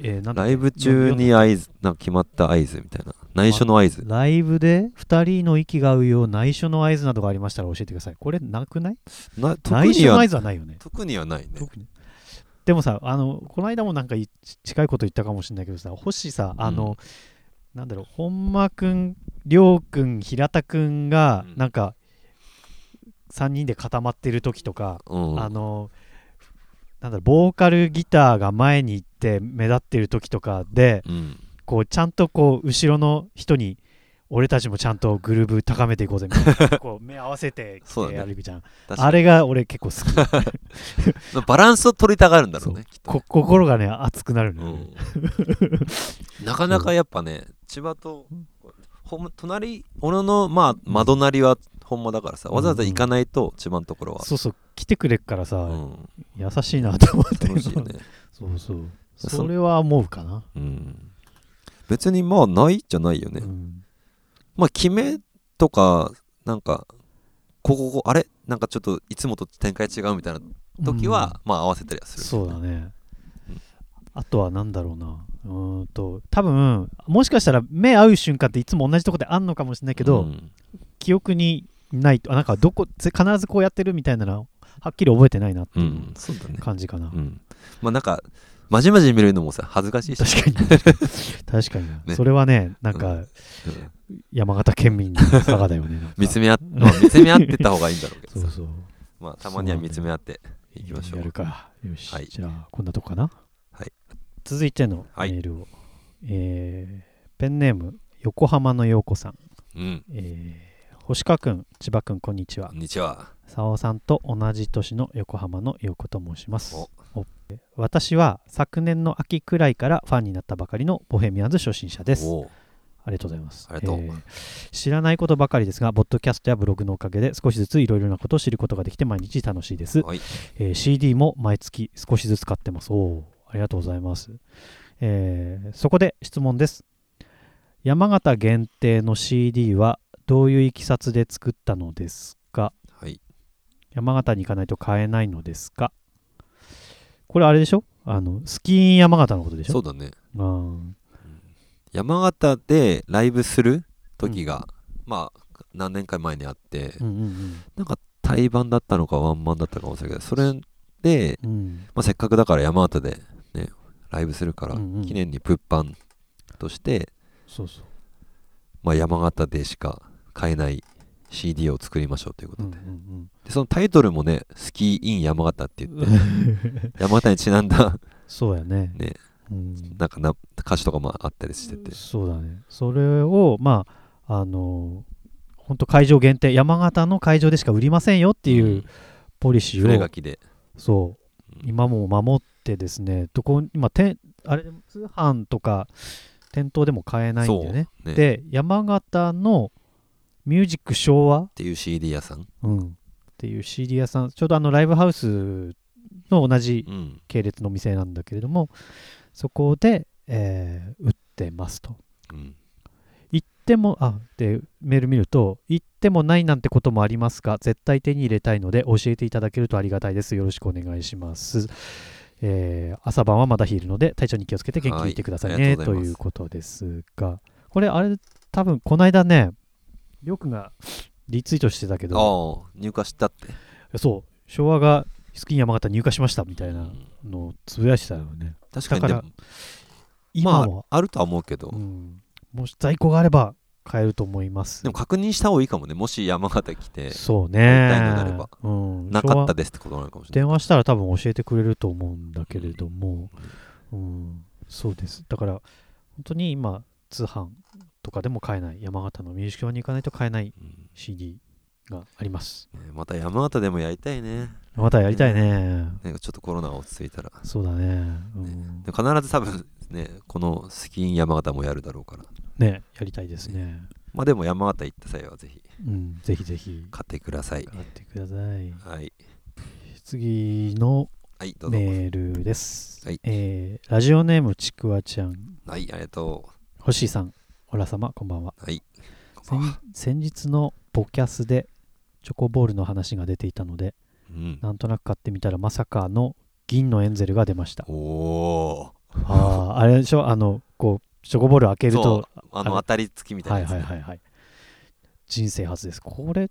Speaker 2: えー、なんだ
Speaker 1: ラ
Speaker 2: っけ
Speaker 1: イブ中に合図なんか決まった合図みたいな内緒の合図
Speaker 2: ライブで2人の息が合うよう内緒の合図などがありましたら教えてください。これなくない
Speaker 1: な特
Speaker 2: 内
Speaker 1: に
Speaker 2: 緒の
Speaker 1: は
Speaker 2: 合図はないよね。
Speaker 1: 特にはないね
Speaker 2: 特にでもさ、あの、この間もなんかい近いこと言ったかもしれないけどさ、星さ、あの、なんだろう、本間くん、りょうくん、平田くんが
Speaker 1: う、ん
Speaker 2: なんか、3人で固まってる時とか、
Speaker 1: うん
Speaker 2: あの、なんだろう、ボーカルギターが前に行って目立ってる時とかで、
Speaker 1: うん
Speaker 2: こうちゃんとこう後ろの人に俺たちもちゃんとグルーブ高めていこうぜみた いなこう目合わせてき
Speaker 1: そう
Speaker 2: て
Speaker 1: だ
Speaker 2: や
Speaker 1: ね
Speaker 2: るじゃん、
Speaker 1: 確か
Speaker 2: あれが俺結構好き
Speaker 1: にバランスを取りたがるんだろうねきっとね
Speaker 2: こ 心がね熱くなるのよね、
Speaker 1: うん なかなかやっぱね千葉とほん隣俺のまあ窓隣は本間だからさわざわざ行かないと千葉のところは、
Speaker 2: そうそう来てくれっからさ、
Speaker 1: うん、
Speaker 2: 優しいなと思って
Speaker 1: 楽しいよね、
Speaker 2: そうそう
Speaker 1: そ
Speaker 2: それは思うかな、
Speaker 1: うん、別にまあないじゃないよね、
Speaker 2: うん
Speaker 1: まあ決めとかなんかここここあれなんかちょっといつもと展開違うみたいな時は、まあ合わせたりは
Speaker 2: うん
Speaker 1: する
Speaker 2: そ
Speaker 1: よね、
Speaker 2: うだね
Speaker 1: うん
Speaker 2: あとは何だろうなうーんと多分もしかしたら目合う瞬間っていつも同じとこであんのかもしれないけど、
Speaker 1: うん
Speaker 2: 記憶にないとあなんかどこぜ必ずこうやってるみたいなのははっきり覚えてないなって
Speaker 1: う
Speaker 2: い
Speaker 1: ん
Speaker 2: う
Speaker 1: そうだね
Speaker 2: 感じか
Speaker 1: う
Speaker 2: な、
Speaker 1: んまあなんかまじまじ見れるのもさ恥ずかしいし
Speaker 2: 確かに 確かに、
Speaker 1: ね
Speaker 2: それはねなんか
Speaker 1: うん
Speaker 2: 山形県民の差がだよねなんか
Speaker 1: 見つめ合っ、まあ、見つめ合ってた方がいいんだろうけ
Speaker 2: そ
Speaker 1: どさ
Speaker 2: うそう
Speaker 1: まあたまには見つめ合っていきましょう
Speaker 2: やるかよし、
Speaker 1: はい
Speaker 2: じゃあこんなとこかな、
Speaker 1: はい
Speaker 2: 続いてのメ
Speaker 1: はい
Speaker 2: ールを、えーペンネーム横浜の陽子さん、
Speaker 1: うん
Speaker 2: えー星川くん千葉くんこんにちは
Speaker 1: こんにちは
Speaker 2: 沢尾さんと同じ年の横浜の陽子と申します
Speaker 1: お
Speaker 2: お私は昨年の秋くらいからファンになったばかりのボヘミアンズ初心者です
Speaker 1: おう
Speaker 2: ありがとうございます
Speaker 1: ありがとう
Speaker 2: 知らないことばかりですがボッドキャストやブログのおかげで少しずついろいろなことを知ることができて毎日楽しいです、
Speaker 1: はい
Speaker 2: えー CD も毎月少しずつ買ってますおーありがとうございます、えーそこで質問です山形限定の CD はどういういきさつで作ったのですか
Speaker 1: はい
Speaker 2: 山形に行かないと買えないのですかこれあれでしょあのスキーン山形のことでし
Speaker 1: そ
Speaker 2: ょ
Speaker 1: うだね
Speaker 2: ううん
Speaker 1: 山形でライブする時が、まあ何年か前にあって、
Speaker 2: うんうん
Speaker 1: なんか対バンだったのかワンマンだったかもしれないけどそれで、
Speaker 2: うんうん
Speaker 1: まあ、せっかくだから山形でねライブするから、
Speaker 2: うんうん
Speaker 1: 記念に物販として、
Speaker 2: そうそう
Speaker 1: まあ、山形でしか買えない CD を作りましょうということ
Speaker 2: う
Speaker 1: で
Speaker 2: ん,、うん
Speaker 1: でそのタイトルもね「スキー・イン・山形」って言って
Speaker 2: うん、
Speaker 1: 山形にちなんだ
Speaker 2: そうやね
Speaker 1: ね
Speaker 2: うん、
Speaker 1: なんかな歌詞とかもあったりしてて、
Speaker 2: そうだねそれをまああの本当会場限定山形の会場でしか売りませんよっていううんポリシ
Speaker 1: 触れ
Speaker 2: ーを、
Speaker 1: 書きで、
Speaker 2: そう
Speaker 1: うん
Speaker 2: 今も守ってですねどこ今てあれ通販とか店頭でも買えないんだよね
Speaker 1: そうね
Speaker 2: で山形のミュージック昭和、
Speaker 1: っていう CD 屋さん、
Speaker 2: っていう CD 屋さんちょうどあのライブハウスの同じ
Speaker 1: うん、
Speaker 2: 系列の店なんだけれどもそこで、えー売ってますと
Speaker 1: うん
Speaker 2: 行ってもあでメール見ると行ってもないなんてこともありますが絶対手に入れたいので教えていただけるとありがたいですよろしくお願いします、えー朝晩はまだ冷えるので体調に気をつけて元気でいてください
Speaker 1: はいあ
Speaker 2: ね
Speaker 1: りがと
Speaker 2: と
Speaker 1: うございます
Speaker 2: いうことですがこれあれ多分この間ねりょうくんがリツイートしてたけど
Speaker 1: ああ入荷したって
Speaker 2: そう昭和がスキン山形入荷しましたみたいうなんのをつぶやしてたよね
Speaker 1: 確かに
Speaker 2: だ
Speaker 1: で
Speaker 2: から
Speaker 1: も
Speaker 2: 今
Speaker 1: ま
Speaker 2: は、
Speaker 1: ああるとは思うけど、
Speaker 2: うん、もし在庫があれば買えると思います
Speaker 1: でも確認した方がいいかもねもし山形来て
Speaker 2: そう
Speaker 1: や
Speaker 2: ね
Speaker 1: りたいのであれば
Speaker 2: うん、
Speaker 1: なかった
Speaker 2: 昭
Speaker 1: ですってことなのかもし
Speaker 2: 和
Speaker 1: れない
Speaker 2: 電話したら多分教えてくれると思うんだけれども、うんそうですだから本当に今通販とかでも買えない山形のミュージック用に行かないと買えない CD があります
Speaker 1: うんねまた山形でもやりたいね
Speaker 2: またやりたいね
Speaker 1: なんかちょっとコロナが落ち着いたら
Speaker 2: そうだね、うん、
Speaker 1: で必ず多分ねこのスキーン山形もやるだろうから
Speaker 2: ねやりたいですね、
Speaker 1: まあでも山形行った際はぜひ
Speaker 2: うん、ぜひぜひ
Speaker 1: 買ってください
Speaker 2: 買ってください
Speaker 1: はい
Speaker 2: 次の
Speaker 1: はいどうぞ、
Speaker 2: メールです、
Speaker 1: はい
Speaker 2: えーラジオネームちくわちゃん
Speaker 1: はいありがと
Speaker 2: 星さんオラ様こんばんは
Speaker 1: うはい
Speaker 2: 先先日のボキャスでチョコボールの話が出ていたので
Speaker 1: うん
Speaker 2: なんとなく買ってみたらまさかの銀のエンゼルが出ました
Speaker 1: おお
Speaker 2: あああれでしょあのこうチョコボール開けると
Speaker 1: そうあの
Speaker 2: あ
Speaker 1: 当
Speaker 2: れ
Speaker 1: たり付きみたいな
Speaker 2: はい
Speaker 1: やつ
Speaker 2: はいはいはい人生初ですこれ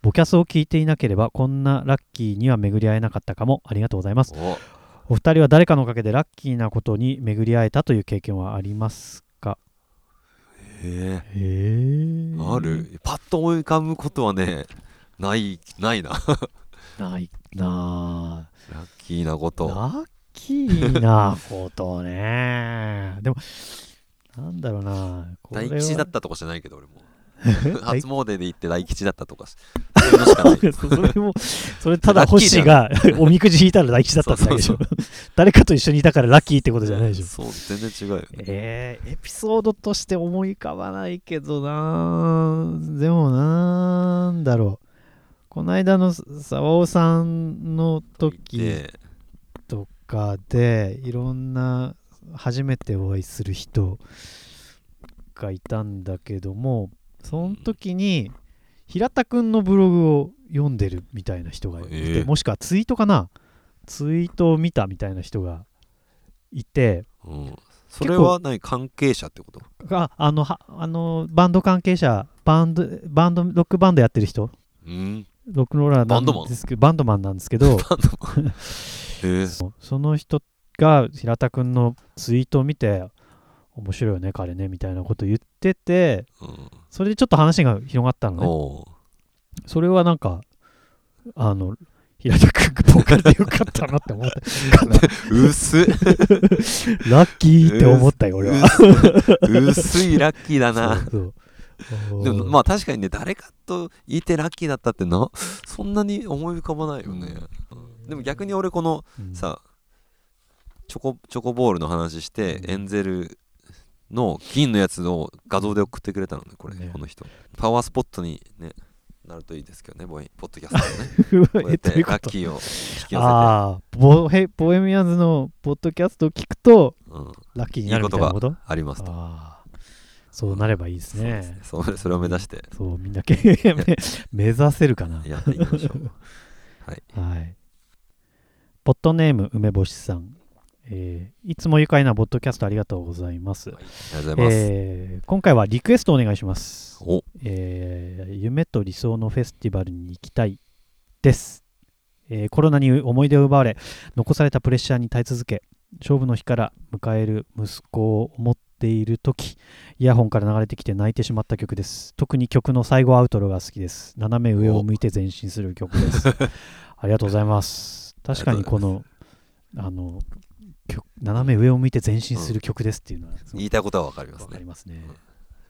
Speaker 2: ボキャスを聞いていなければこんなラッキーには巡り合えなかったかもありがとうございます
Speaker 1: お
Speaker 2: お二人は誰かのおかげでラッキーなことに巡り合えたという経験はありますか
Speaker 1: へ
Speaker 2: へえ
Speaker 1: えあるパッと思い浮かぶことはねないない な
Speaker 2: ないなあ
Speaker 1: ラッキーなこと
Speaker 2: ラッキ ーなことねでもなんだろうなこれ
Speaker 1: 大
Speaker 2: は
Speaker 1: 吉だったとかじゃないけど俺も
Speaker 2: 大
Speaker 1: 初詣で行って大吉だったと かしそういうのしかない
Speaker 2: そうそれも、それただ星が おみくじ引いたら大吉だったんだけでし
Speaker 1: そう
Speaker 2: ょ。誰かと一緒にいたからラッキーってことじゃないでしょ。
Speaker 1: そう全然違うよね
Speaker 2: えー、エピソードとして思い浮かばないけどなでもなんだろう。この間の沢尾さんの時
Speaker 1: で
Speaker 2: とかで、いろんな初めてお会いする人がいたんだけども、その時に平田くんのブログを読んでるみたいな人がいて、
Speaker 1: ええ
Speaker 2: もしくはツイートかなツイートを見たみたいな人がいて
Speaker 1: うん、それは何関係者ってこと
Speaker 2: ああのはあのバンド関係者バンドバンドロックバンドやってる人
Speaker 1: うん
Speaker 2: ロックンローラー
Speaker 1: バ
Speaker 2: な
Speaker 1: ンドマン
Speaker 2: んですけどバンドマンなんですけど
Speaker 1: へえ
Speaker 2: その人が平田くんのツイートを見て面白いよね彼ねみたいなこと言ってて
Speaker 1: うん
Speaker 2: それでちょっと話が広がったのね
Speaker 1: おう
Speaker 2: それはなんかあの平田君がボーカルでよかったなって思った
Speaker 1: 薄っ
Speaker 2: ラッキーって思ったよ俺 は
Speaker 1: 薄いラッキーだな
Speaker 2: そうそう
Speaker 1: でもまあ確かにね誰かと言ってラッキーだったってなそんなに思い浮かばないよね、うんでも逆に俺この
Speaker 2: うん
Speaker 1: さチョコチョコボールの話して
Speaker 2: うん
Speaker 1: エンゼルの銀のやつを画像で送ってくれたのねこれ
Speaker 2: ね
Speaker 1: この人パワースポットにねなるといいですけどねボイポッドキャストでねこうや
Speaker 2: え
Speaker 1: っ
Speaker 2: どう
Speaker 1: て
Speaker 2: いうこ
Speaker 1: ラッ
Speaker 2: と
Speaker 1: キーを引き寄せ
Speaker 2: ああボヘボヘミアンズのポッドキャストを聞くと
Speaker 1: て、うん、
Speaker 2: ラッキーになるみたいなこと
Speaker 1: ありますと
Speaker 2: ああそうなればいいです
Speaker 1: そうです
Speaker 2: ね
Speaker 1: ねそれそれを目指して
Speaker 2: そうみんなけ目目指せるかな
Speaker 1: やっていきましょ うはい
Speaker 2: はい。ポッドネーム梅干しさん、えーいつも愉快なポッドキャストありがとうございます。
Speaker 1: はいありがとうございます、
Speaker 2: えー今回はリクエストお願いします、
Speaker 1: お
Speaker 2: えー夢と理想のフェスティバルに行きたいです。えーコロナに思い出を奪われ、残されたプレッシャーに耐え続け、勝負の日から迎える息子を思っている時イヤホンから流れてきて泣いてしまった曲です。特に曲の最後アウトロが好きです。斜め上を向いて前進する曲です。 ありがとうございます。確かにこの、あの、曲斜め上を向いて前進する曲ですっていうのは、すごく
Speaker 1: 言いたいことはわかりま
Speaker 2: わ
Speaker 1: す
Speaker 2: かり
Speaker 1: ね
Speaker 2: ますね
Speaker 1: うん。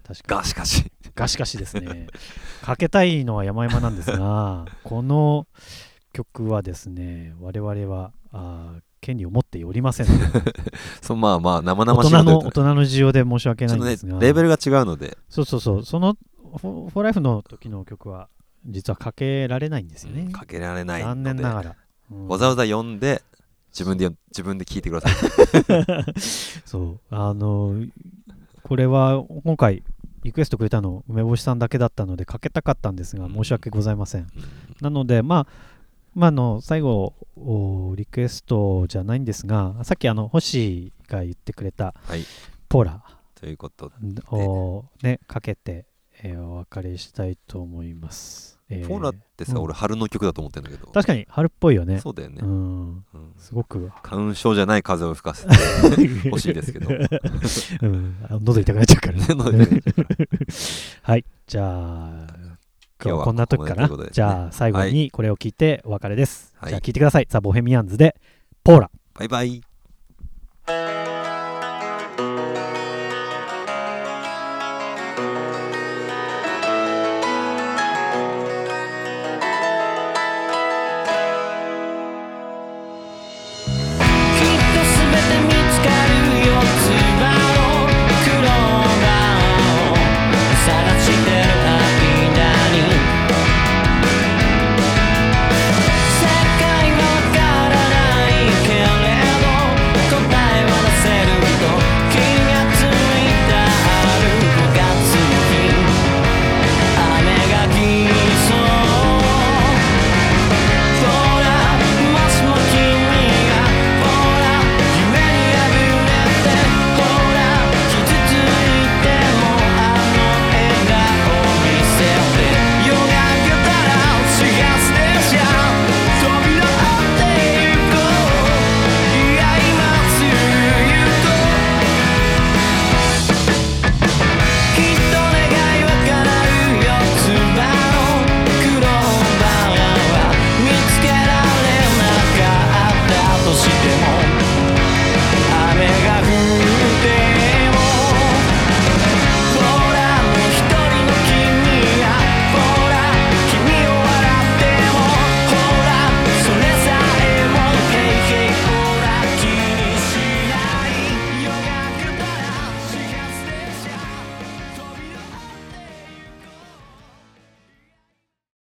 Speaker 2: 確かに。
Speaker 1: がしかし
Speaker 2: ガシガシですね。 かけたいのは山々なんですが、この曲はですね、我々はあー権利を持っておりませんので、
Speaker 1: そうまあまあ 生
Speaker 2: 大
Speaker 1: 々しいこ
Speaker 2: 人
Speaker 1: と言
Speaker 2: の
Speaker 1: うと
Speaker 2: 大人の事情で申し訳
Speaker 1: ち
Speaker 2: な
Speaker 1: ょ
Speaker 2: い
Speaker 1: っとね
Speaker 2: んですが、
Speaker 1: レベルが違うので
Speaker 2: そうそうそう、そのフォーライフの時の曲は、実はかけられないんですよね。
Speaker 1: かけられない
Speaker 2: 残
Speaker 1: の
Speaker 2: 念
Speaker 1: で
Speaker 2: ながら。うん
Speaker 1: わざわざ読んで自分で読ん自分で聞いてください
Speaker 2: そうあのこれは今回リクエストくれたの梅干しさんだけだったのでかけたかったんですが申し訳ございません、
Speaker 1: うん
Speaker 2: なのでまあまああの最後おリクエストじゃないんですがさっきあの星が言ってくれた
Speaker 1: はい
Speaker 2: ポーラ
Speaker 1: ということで
Speaker 2: をねかけて、えーお別れしたいと思います、えー
Speaker 1: ポーラってさ、
Speaker 2: うん
Speaker 1: 俺春の曲だと思ってんだけど
Speaker 2: 確かに春っぽいよね
Speaker 1: そうだよね
Speaker 2: う、ん
Speaker 1: うん
Speaker 2: すごく
Speaker 1: 花粉症じゃない風を吹かせて 欲しいですけど
Speaker 2: うん、あの喉痛くなっちゃうからね
Speaker 1: 喉痛くなっちゃうか
Speaker 2: はいじゃあ
Speaker 1: 今日
Speaker 2: 今日
Speaker 1: は
Speaker 2: はこんな時か
Speaker 1: ここま
Speaker 2: な、
Speaker 1: でということですね
Speaker 2: じゃあ最後
Speaker 1: は
Speaker 2: にこれを聞いてお別れです、
Speaker 1: はい
Speaker 2: じゃあ聞いてください「ザ・ボヘミアンズ」で「ポーラ」
Speaker 1: バイバイ